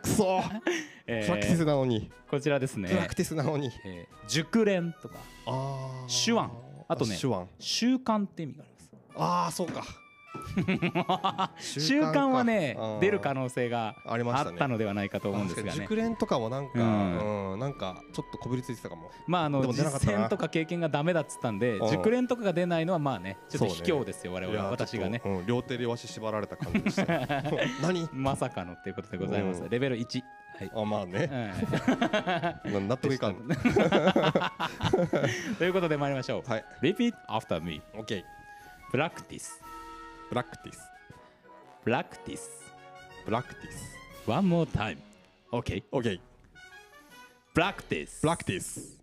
Speaker 2: そー。
Speaker 1: えー
Speaker 2: プラクティスなのに、
Speaker 1: こちらです
Speaker 2: プラ
Speaker 1: ね
Speaker 2: ク、ティスなのに、
Speaker 1: えー熟練とか
Speaker 2: あ
Speaker 1: 手腕あとね
Speaker 2: 手腕
Speaker 1: 習慣って意味があります
Speaker 2: ああそうか
Speaker 1: 習慣はね
Speaker 2: あー
Speaker 1: 出る可能性が
Speaker 2: ありまし
Speaker 1: あ
Speaker 2: たね
Speaker 1: ったのではないかと思うんですが
Speaker 2: 確かに
Speaker 1: ね
Speaker 2: 熟練とかもなんか、
Speaker 1: う
Speaker 2: うんんなんかちょっとこびりついてたかも
Speaker 1: まああ
Speaker 2: で
Speaker 1: の
Speaker 2: も出
Speaker 1: 実
Speaker 2: なかったな
Speaker 1: 践とか経験がダメだっつったんで
Speaker 2: うん
Speaker 1: 熟練とかが出ないのはまあねちょっと
Speaker 2: そう
Speaker 1: 卑
Speaker 2: ね
Speaker 1: 怯ですよ我
Speaker 2: い
Speaker 1: 々
Speaker 2: や
Speaker 1: は私がね
Speaker 2: ちょっとうん両手両足縛られた感じでした 何
Speaker 1: まさかのっていうことでございます
Speaker 2: うん
Speaker 1: レベル1はい
Speaker 2: あまあ ね
Speaker 1: う
Speaker 2: な納得いかん
Speaker 1: んということで参りましょう
Speaker 2: はい
Speaker 1: Repeat after me
Speaker 2: オッケー
Speaker 1: Practice
Speaker 2: プラクティス
Speaker 1: Practice
Speaker 2: プラクティス
Speaker 1: One more time OK
Speaker 2: オッケー
Speaker 1: Practice
Speaker 2: プラクティス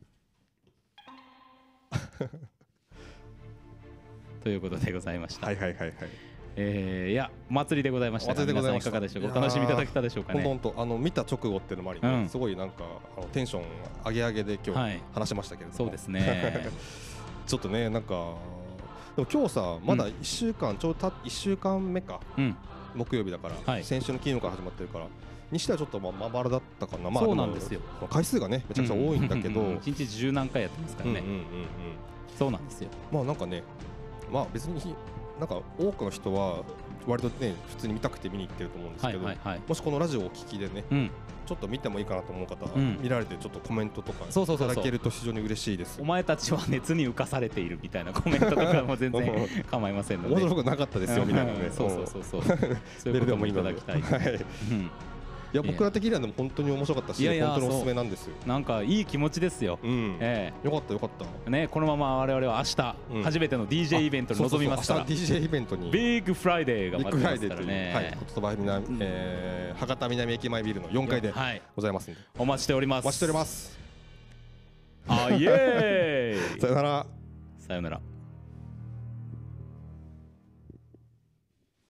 Speaker 1: ということでございました、
Speaker 2: はいはいはいはい
Speaker 1: えーいやお祭りでございました
Speaker 2: お祭りでございました
Speaker 1: 皆さんいかがでしょうかお楽しみいただけたでしょうか
Speaker 2: 本当
Speaker 1: ね
Speaker 2: 本当あの見た直後っていうのもありね、
Speaker 1: うん
Speaker 2: すごいなんかあのテンション上げ上げで今
Speaker 1: はい
Speaker 2: 日話しましたけれども、
Speaker 1: そうですね
Speaker 2: ちょっとねなんかでも今日さまだ
Speaker 1: う
Speaker 2: 1週間、ちょうた1週間目か
Speaker 1: うん
Speaker 2: 木曜日だから、
Speaker 1: はい
Speaker 2: 先週の金曜から始まってるからにしてはちょっとまあまばらだったかな、まあ、
Speaker 1: そうなんですよ
Speaker 2: も回数がねめちゃくちゃ多いんだけど、
Speaker 1: うう一日十何回やってますか
Speaker 2: うん
Speaker 1: ら
Speaker 2: うん
Speaker 1: ね、
Speaker 2: うんうん
Speaker 1: そうなんですよ
Speaker 2: まあなんかねまあ別になんか多くの人は割とね普通に見たくて見に行ってると思うんです
Speaker 1: は
Speaker 2: け
Speaker 1: い
Speaker 2: ど、
Speaker 1: はいはい
Speaker 2: もしこのラジオをお聞きでね
Speaker 1: うん
Speaker 2: ちょっと見てもいいかなと思う方、
Speaker 1: うん
Speaker 2: 見られてちょっとコメントとかい
Speaker 1: そうそうそう
Speaker 2: た
Speaker 1: そう
Speaker 2: だけると非常に嬉しいです
Speaker 1: お。前たちは熱に浮かされているみたいなコメントとかも全 然
Speaker 2: 面
Speaker 1: 構いませんので
Speaker 2: 白くなかったですよみたいな
Speaker 1: う
Speaker 2: ね。
Speaker 1: んそうそうそうそうそういう
Speaker 2: レ
Speaker 1: こ
Speaker 2: ベ
Speaker 1: と
Speaker 2: ル
Speaker 1: も
Speaker 2: もい
Speaker 1: い
Speaker 2: い
Speaker 1: た
Speaker 2: ので
Speaker 1: だきたい、
Speaker 2: はい
Speaker 1: うん
Speaker 2: いや僕ら的にはでも本当に面白かったし
Speaker 1: いやいや
Speaker 2: 本当におすすめなんですよ、
Speaker 1: なんかいい気持ちですよ、
Speaker 2: うん
Speaker 1: え
Speaker 2: よかったよかった
Speaker 1: えねこのまま我々は明日、
Speaker 2: うん
Speaker 1: 初めての DJ イベントに
Speaker 2: あそう
Speaker 1: 臨みますから
Speaker 2: そうそう明日 DJ イベントに
Speaker 1: ビッグフライデーが
Speaker 2: ビッ
Speaker 1: 待
Speaker 2: グ
Speaker 1: って
Speaker 2: フラ
Speaker 1: ま
Speaker 2: イ
Speaker 1: すか
Speaker 2: デーと
Speaker 1: ら
Speaker 2: いう、はい、
Speaker 1: ね
Speaker 2: ことば南、えー博多南駅前ビルの4階で
Speaker 1: はい
Speaker 2: ございますんで、
Speaker 1: お待ちしておりま
Speaker 2: お
Speaker 1: す Oh,
Speaker 2: 待ちしております。
Speaker 1: あイエーイ
Speaker 2: さよなら。
Speaker 1: さよなら